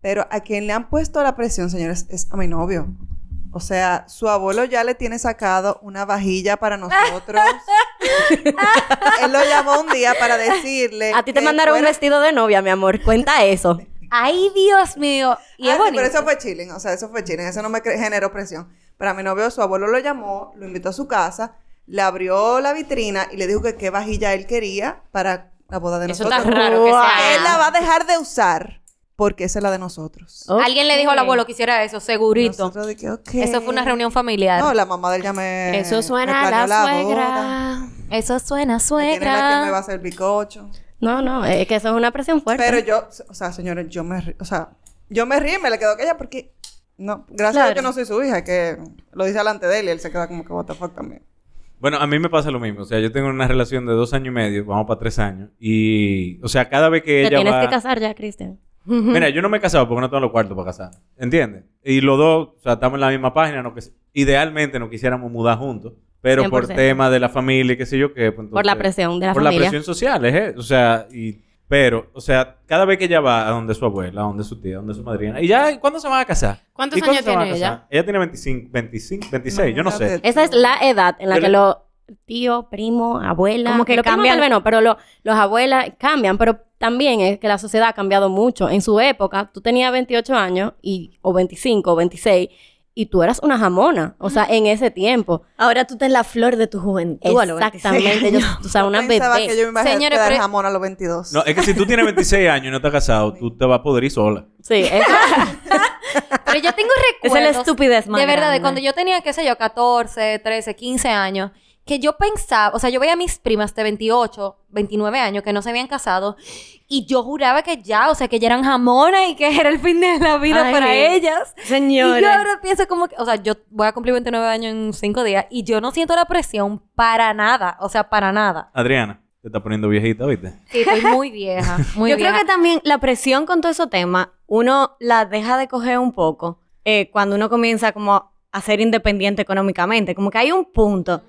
B: pero a quien le han puesto la presión, señores, es a mi novio. O sea, su abuelo ya le tiene sacado una vajilla
A: (laughs)
B: para nosotros. Él lo llamó un día para decirle.
A: A ti te
B: que
A: mandaron un
B: fuera-
A: vestido de novia, mi amor. Cuenta eso.
C: Ay, Dios mío. Y
B: Ah,
C: es
B: sí,
C: bonito.
B: pero eso fue chilling, o sea, eso fue chilling, eso no me cre- generó presión. Para mi novio, su abuelo lo llamó, lo invitó a su casa, le abrió la vitrina y le dijo que qué vajilla él quería para la boda de
E: Eso
B: nosotros.
E: está raro que sea.
B: Él la va a dejar de usar porque esa es la de nosotros.
C: Alguien le dijo al abuelo que hiciera eso, segurito.
B: Nosotros de que, ok.
C: Eso fue una reunión familiar.
B: No, la mamá del ya me.
E: Eso suena
B: me
E: a la
B: planeó boda,
E: suegra.
C: Eso suena,
B: que tiene la que me va a
C: suegra.
B: hacer el bicocho.
D: No, no, es que eso es una presión fuerte.
B: Pero yo, o sea, señores, yo me, ri- o sea, yo me río y me le quedo callada porque no, gracias a Dios
D: Claro.
B: que no soy su hija, que lo dice delante de él y él se queda como que what the fuck también.
F: Bueno, a mí me pasa lo mismo. O sea, yo tengo una relación de dos años y medio, vamos para tres años. Y, o sea, cada vez que
D: Te
F: ella
D: tienes
F: va...
D: que casar ya, Cristian.
F: Mira, yo no me he casado porque no tengo los cuartos para casar. ¿Entiendes? Y los dos, o sea, estamos en la misma página. No que, idealmente nos quisiéramos mudar juntos. Pero por
D: 100%.
F: tema de la familia y qué sé yo qué. pues,
D: Por la
F: entonces-
D: presión de la
F: por la
D: familia.
F: presión social, es, eh, o sea, y pero, o sea, cada vez que ella va a donde su abuela, a donde su tía, a donde su madrina, y ya, ¿cuándo se van a casar?
E: ¿Cuántos
F: ¿Y cuándo
E: años
F: se van a
E: tiene
F: casar? Ella tiene 25, 25, 26, yo no sé.
B: Imagínate
D: Esa es
B: tú.
D: la edad en la
F: Yo
D: que
F: le-
D: los tío, primo, abuela,
A: Como que
D: los primos
A: cambian.
D: tal vez no, pero lo- los abuelas cambian, pero también es que la sociedad ha cambiado mucho. En su época, tú tenías 28 años y o 25 o 26 y tú eras una jamona, o sea, en ese tiempo.
A: Ahora tú estás en la flor de tu juventud. a los 26
D: Exactamente,
A: (laughs)
D: yo,
A: años.
D: o sea, una
B: Pensaba que yo
D: bebé.
B: me imaginaba
C: Señores,
B: dar
C: pero-
B: jamón a los 22.
F: No, es que si tú tienes 26 años y no estás casado, tú te vas a poder ir sola.
D: Sí, eso-
A: (laughs)
C: Pero yo
B: (laughs)
C: tengo
A: Esa es la
C: recuerdos.
A: estupidez más
C: De verdad, de
A: grande.
C: cuando yo tenía, qué sé yo, 14, 13, 15 años, que yo pensaba, o sea, yo veía a mis primas de 28, 29 años que no se habían casado y yo juraba que ya, o sea, que ya eran jamonas y que era el fin de la vida
A: Ay,
C: para ellas. Y yo
A: Señores.
C: ahora pienso como que, o sea, yo voy a cumplir 29 años en 5 días y yo no siento la presión para nada, o sea, para nada.
F: Adriana, te está poniendo viejita, ¿viste?
C: Sí, estoy muy vieja, muy
A: Yo
C: vieja.
A: creo que también la presión con todo ese tema, uno la deja de coger un poco eh, cuando uno comienza como a ser independiente económicamente. Como que hay un punto.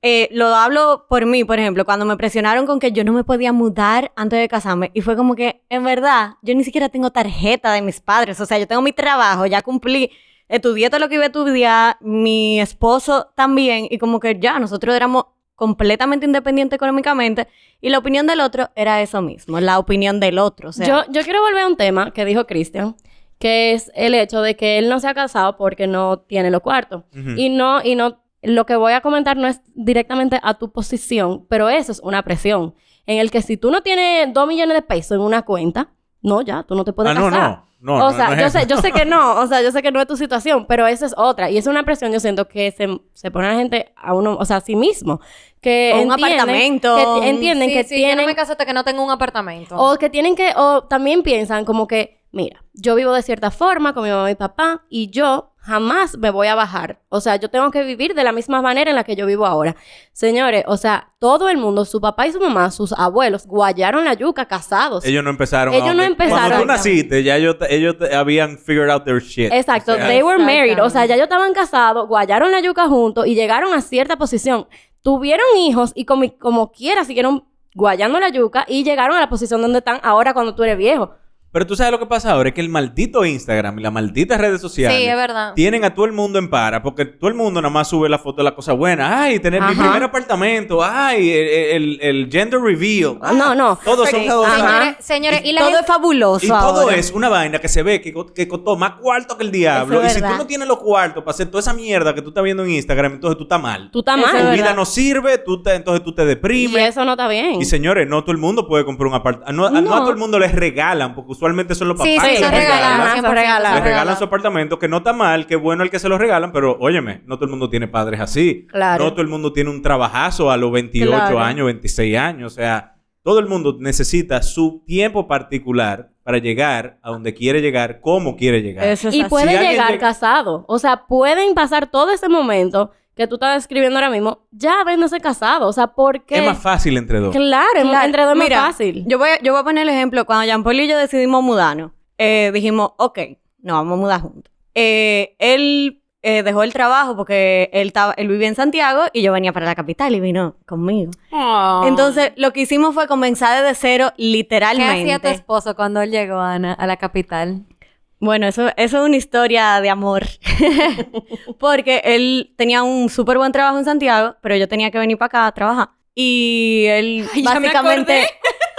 A: Eh, lo hablo por mí, por ejemplo, cuando me presionaron con que yo no me podía mudar antes de casarme. Y fue como que, en verdad, yo ni siquiera tengo tarjeta de mis padres. O sea, yo tengo mi trabajo, ya cumplí, estudié todo lo que iba a estudiar, mi esposo también. Y como que ya, nosotros éramos completamente independientes económicamente. Y la opinión del otro era eso mismo, la opinión del otro. O sea,
D: yo, yo quiero volver a un tema que dijo Cristian, que es el hecho de que él no se ha casado porque no tiene los cuartos.
F: Ujú.
D: Y no, y no, lo que voy a comentar no es directamente a tu posición, pero eso es una presión. En el que si tú no tienes dos millones de pesos en una cuenta, no, ya, tú no te puedes
F: Ah, no,
D: casar.
F: no, no, no,
D: o sea,
F: no es
D: yo,
F: eso.
D: sé, yo sé que no, o sea, yo sé que no es tu situación, pero esa es otra. Y es una presión, yo siento que se, se pone a la gente a uno, o sea, a sí mismo. Que
A: O un
D: entienden-
A: apartamento,
D: que
A: un-
D: t- entienden
C: Sí,
D: que
C: sí, yo no
D: tienen
C: me caso hasta que no tengo un apartamento.
D: o que tienen que, o también piensan como que, mira, yo vivo de cierta forma con mi mamá y papá y yo jamás me voy a bajar. O sea, yo tengo que vivir de la misma manera en la que yo vivo ahora. Señores, o sea, todo el mundo, su papá y su mamá, sus abuelos, guayaron la yuca
F: (laughs)
D: casados.
F: Ellos no empezaron.
D: Ellos
F: a-
D: no empezaron.
F: Cuando tú naciste, ya ellos, te- ellos te- habían figured out their shit.
D: Exacto,
F: O sea,
D: they were married. O sea, ya ellos estaban casados, guayaron la yuca juntos y llegaron a cierta posición. Tuvieron hijos y comi- como quiera siguieron guayando la yuca y llegaron a la posición donde están ahora cuando tú eres viejo.
F: Pero tú sabes lo que pasa ahora, es que el maldito Instagram y las malditas redes sociales
C: Sí, es verdad.
F: tienen a todo el mundo en para, porque todo el mundo nada más sube la foto de la cosa buena. Ay, tener mi
D: Ajá.
F: primer apartamento, ay, el, el- el gender reveal. Ah,
D: No, no.
F: Todos son
B: Perfecto.
C: Señores, señores, y, la
A: todo
C: gente-
A: es fabuloso
F: y todo
A: ahora.
F: es una vaina que se ve que, co- que costó más cuarto que el diablo.
A: Eso
F: Y
A: es
F: si tú
A: verdad.
F: no tienes los cuartos para hacer toda esa mierda que tú estás viendo en Instagram, entonces tú estás mal.
D: Tú estás
A: Eso
D: mal.
A: es
F: tu vida
A: verdad.
F: no sirve, tú te- entonces tú te
D: Y
F: deprimes.
D: eso no está bien.
F: Y señores, no todo el mundo puede comprar un apartamento. No, a- no a todo el mundo les regalan, porque usualmente son los papás.
C: Sí, sí,
F: que
D: se
C: son
F: les
D: regalan,
C: regalados.
D: ajá,
C: 100%
D: son regalan.
F: Les
C: son
F: regalan
C: regalan.
F: su apartamento, que no está mal, que bueno el que se lo regalan, pero óyeme, no todo el mundo tiene padres así.
D: Claro.
F: No todo el mundo tiene un trabajazo a los 28
D: Claro.
F: años, 26 años. O sea, todo el mundo necesita su tiempo particular para llegar a donde quiere llegar, cómo quiere llegar.
A: Eso es
D: y
A: así.
D: puede
F: Si alguien
D: llegar
F: llega-
D: casado. O sea, pueden pasar todo ese momento que tú estás escribiendo ahora mismo, ya habiéndose casado. O sea, ¿por qué?
F: Es más fácil entre dos.
D: Claro, es más-
A: Claro.
D: entre dos es
A: Mm, Mira,
D: más fácil.
A: Yo voy, a- yo voy a poner el ejemplo. Cuando Jean Paul y yo decidimos mudarnos, eh, dijimos, ok, nos vamos a mudar juntos. Eh, él eh, dejó el trabajo porque él, estaba- él vivía en Santiago y yo venía para la capital y vino conmigo.
E: Oh,
A: Entonces, lo que hicimos fue comenzar desde cero,
C: ¿Qué hacía tu
A: literalmente.
C: esposo cuando él llegó, Ana, a la capital?
A: Bueno, eso, eso es una historia de amor. (laughs) Porque él tenía un súper buen trabajo en Santiago, pero yo tenía que venir para acá a trabajar. Y él
E: (laughs) Ay, ya me
A: básicamente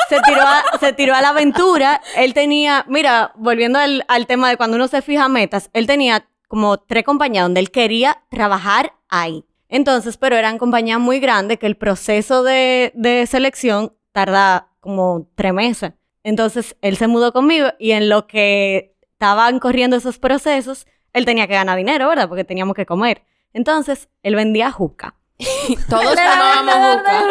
A: se tiró, a, se tiró a la aventura. Él tenía, mira, volviendo al, al tema de cuando uno se fija metas, él tenía como tres compañías donde él quería trabajar ahí. Entonces, pero eran compañías muy grandes que el proceso de, de selección tarda como tres meses. Entonces, él se mudó conmigo y en lo que estaban corriendo esos procesos, él tenía que ganar dinero, ¿verdad? Porque teníamos que comer. Entonces, él vendía juca.
E: (laughs) Todos tomábamos juca.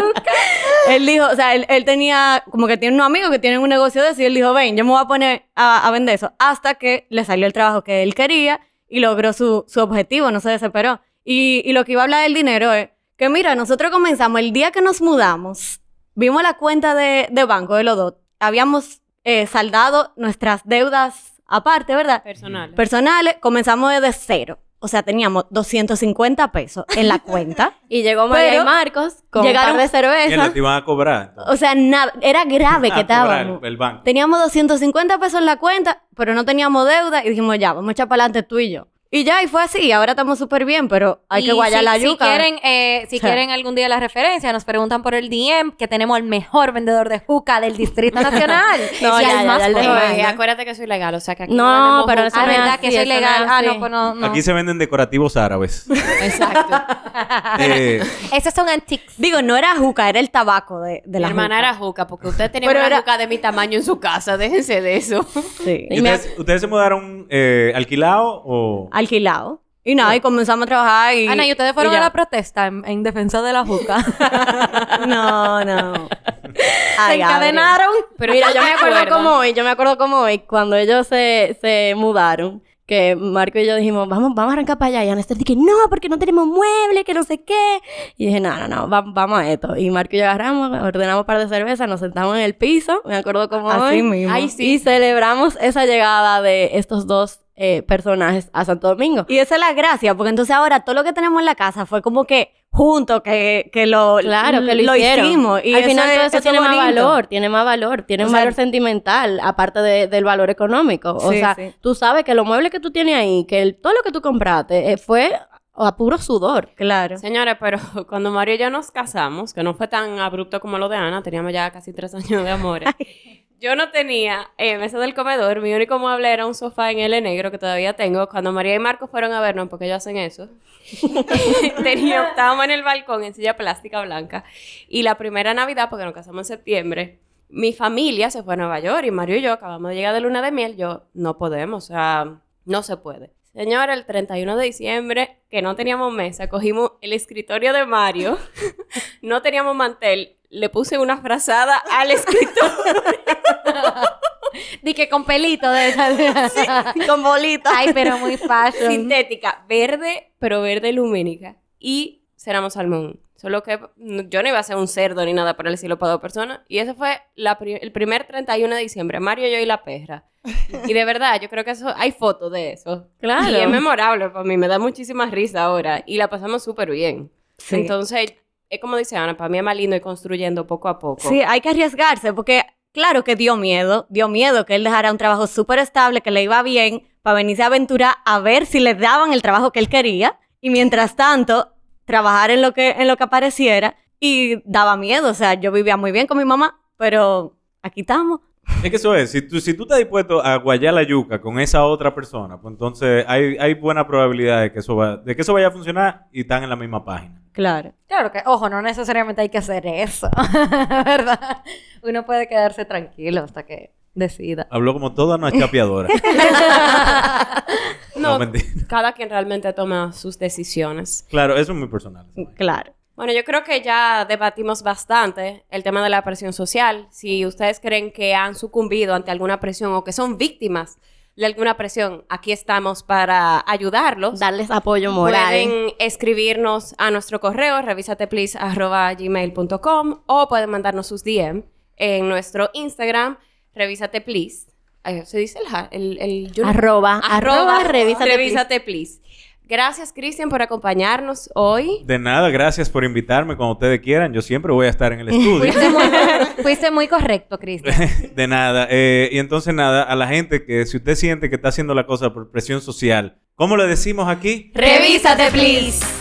A: Él dijo, o sea, él, él tenía, como que tiene unos amigos que tienen un negocio de eso, y él dijo, ven, yo me voy a poner a, a vender eso, hasta que le salió el trabajo que él quería y logró su, su objetivo, no se desesperó. Y, y lo que iba a hablar del dinero es que, mira, nosotros comenzamos el día que nos mudamos, vimos la cuenta de, de banco de los dos, habíamos eh, saldado nuestras deudas aparte, ¿verdad?
E: Personal.
A: Personales, comenzamos desde cero. O sea, teníamos 250 pesos en la cuenta.
D: (laughs) Y llegó María
A: Pero
D: y Marcos con
A: llegaron-
D: un par de cervezas.
F: Mierda, te iban a cobrar.
A: O sea, nada, era grave que
F: Ah, cobrar
A: estábamos.
F: El banco.
A: Teníamos 250 pesos en la cuenta, pero no teníamos deuda y dijimos, ya, vamos a echar para adelante tú y yo. Y ya, y fue así, ahora estamos súper bien, pero hay que
C: Y
A: guayar
C: si,
A: la
C: Si
A: yuca.
C: quieren, eh, si
A: O sea.
C: quieren algún día la referencia, nos preguntan por el DM que tenemos al mejor vendedor de juca del Distrito Nacional. y
D: No, ya,
C: al
D: ya,
C: más
D: ya, el de
C: joven.
D: Joel.
E: Oye, acuérdate que soy legal, o sea que aquí
D: No,
E: vendemos
D: pero
E: juca.
D: eso
C: Ah,
D: no es
C: verdad,
D: así,
C: que eso es
D: eso no es
C: legal. Ah, no,
D: así.
C: pues no, no.
F: Aquí se venden decorativos
D: (laughs)
F: árabes.
E: Exacto.
F: Eh,
C: Esos son antiques.
A: Digo, no era juca, era el tabaco de, de
E: Mi
A: la
E: hermana
A: juca.
E: era juca, porque usted tenía
A: Pero
E: una
A: era-
E: juca de mi tamaño en su casa, déjense de eso.
A: Sí.
F: ¿y ustedes, ustedes se mudaron eh, alquilado o...?
A: Alquilado. Y nada, y comenzamos a trabajar
D: Ah,
A: y...
C: Ana, Ah, ¿y ustedes fueron a
A: ya.
C: la protesta en, en defensa de la juca?
A: No, no.
C: ¿Se
A: Ay, Gabriel.
C: encadenaron?
E: Pero
D: Mira,
E: yo
D: yo me
E: me
D: acuerdo
E: acuerdo.
D: como hoy, yo me acuerdo como hoy, cuando ellos se, se mudaron, que Marco y yo dijimos, vamos, vamos a arrancar para allá. Y Ana Esther dije, no, porque no tenemos muebles, que no sé qué. Y dije, no, no, no, va- vamos a esto. Y Marco y yo agarramos, ordenamos un par de cervezas, nos sentamos en el piso, me acuerdo como
A: Así
D: hoy.
A: mismo.
D: Ay, sí. Y celebramos esa llegada de estos dos eh, personajes a Santo Domingo.
A: Y esa es la gracia, porque entonces ahora todo lo que tenemos en la casa fue como que juntos, que, que lo,
D: Claro, que lo, hicieron.
A: hicimos. Y
D: Al final
A: es-
D: todo eso,
A: es
D: tiene más
A: bonito.
D: valor, tiene más valor, tiene
A: O
D: un
A: sea,
D: valor sentimental, aparte de- del valor económico. O
A: Sí,
D: sea,
A: sí.
D: tú sabes que los muebles que tú tienes ahí, que el- todo lo que tú compraste eh, fue a puro sudor.
A: Claro.
E: Señores, pero (laughs) cuando Mario y yo nos casamos, que no fue tan abrupto como lo de Ana, teníamos ya casi tres años de amores. Yo no tenía eh, mesa del comedor, mi único mueble era un sofá en L negro que todavía tengo. Cuando María y Marco fueron a vernos, porque ellos hacen eso, (laughs) tenía, estábamos en el balcón en silla plástica blanca. Y la primera Navidad, porque nos casamos en septiembre, mi familia se fue a Nueva York y Mario y yo acabamos de llegar de luna de miel. Yo, no podemos, o sea, no se puede. Señora, el 31 de diciembre, que no teníamos mesa, cogimos el escritorio de Mario, (laughs) no teníamos mantel, le puse una frazada al escritorio.
C: Di que con pelito de
A: Con bolitas.
C: Ay, pero muy fashion.
E: (laughs) sintética, verde, pero verde lumínica. Y ceramos salmón. Solo que mm, yo no iba a hacer un cerdo ni nada para el estilo para dos personas. Y eso fue la pri- el primer 31 de diciembre. Mario, yo y la perra. Y de verdad, yo creo que eso hay fotos de eso.
D: Claro.
E: Y es memorable para mí. Me da muchísima risa ahora. Y la pasamos súper bien.
A: Sí.
E: Entonces, es como dice Ana, para mí es más lindo ir construyendo poco a poco.
A: Sí, hay que arriesgarse porque claro que dio miedo, dio miedo que él dejara un trabajo súper estable, que le iba bien, para venirse a aventurar a ver si le daban el trabajo que él quería y mientras tanto trabajar en lo que en lo que apareciera y daba miedo, o sea, yo vivía muy bien con mi mamá, pero aquí estamos.
F: Es que eso es. Si tú, si tú estás dispuesto a guayar la yuca con esa otra persona, pues entonces hay, hay buena probabilidad de que, eso va, de que eso vaya a funcionar y están en la misma página.
A: Claro.
C: Claro que, ojo, no necesariamente hay que hacer eso, (laughs) ¿verdad? Uno puede quedarse tranquilo hasta que
F: (laughs)
C: decida.
F: Habló como toda una chapeadora. no,
E: No,
F: mentira.
E: cada quien realmente toma sus decisiones.
F: Claro, eso es muy personal.
A: Claro.
E: Bueno, yo creo que ya debatimos bastante el tema de la presión social. Si ustedes creen que han sucumbido ante alguna presión o que son víctimas de alguna presión, aquí estamos para ayudarlos.
D: Darles apoyo moral.
E: Pueden escribirnos a nuestro correo revisateplease@gmail.com o pueden mandarnos sus DM en nuestro Instagram revisateplease. eh, se dice el, ha- el, el- yo no-
D: Arroba, arroba, revísate,
E: revísate, please. Gracias, Cristian, por acompañarnos hoy.
F: De nada, gracias por invitarme cuando ustedes quieran. Yo siempre voy a estar en
C: (laughs)
F: el estudio.
C: Fuiste muy, fuiste muy correcto, Cristian.
F: De nada. Eh, y entonces nada, a la gente que si usted siente que está haciendo la cosa por presión social, ¿cómo le decimos aquí?
E: Revísate, please.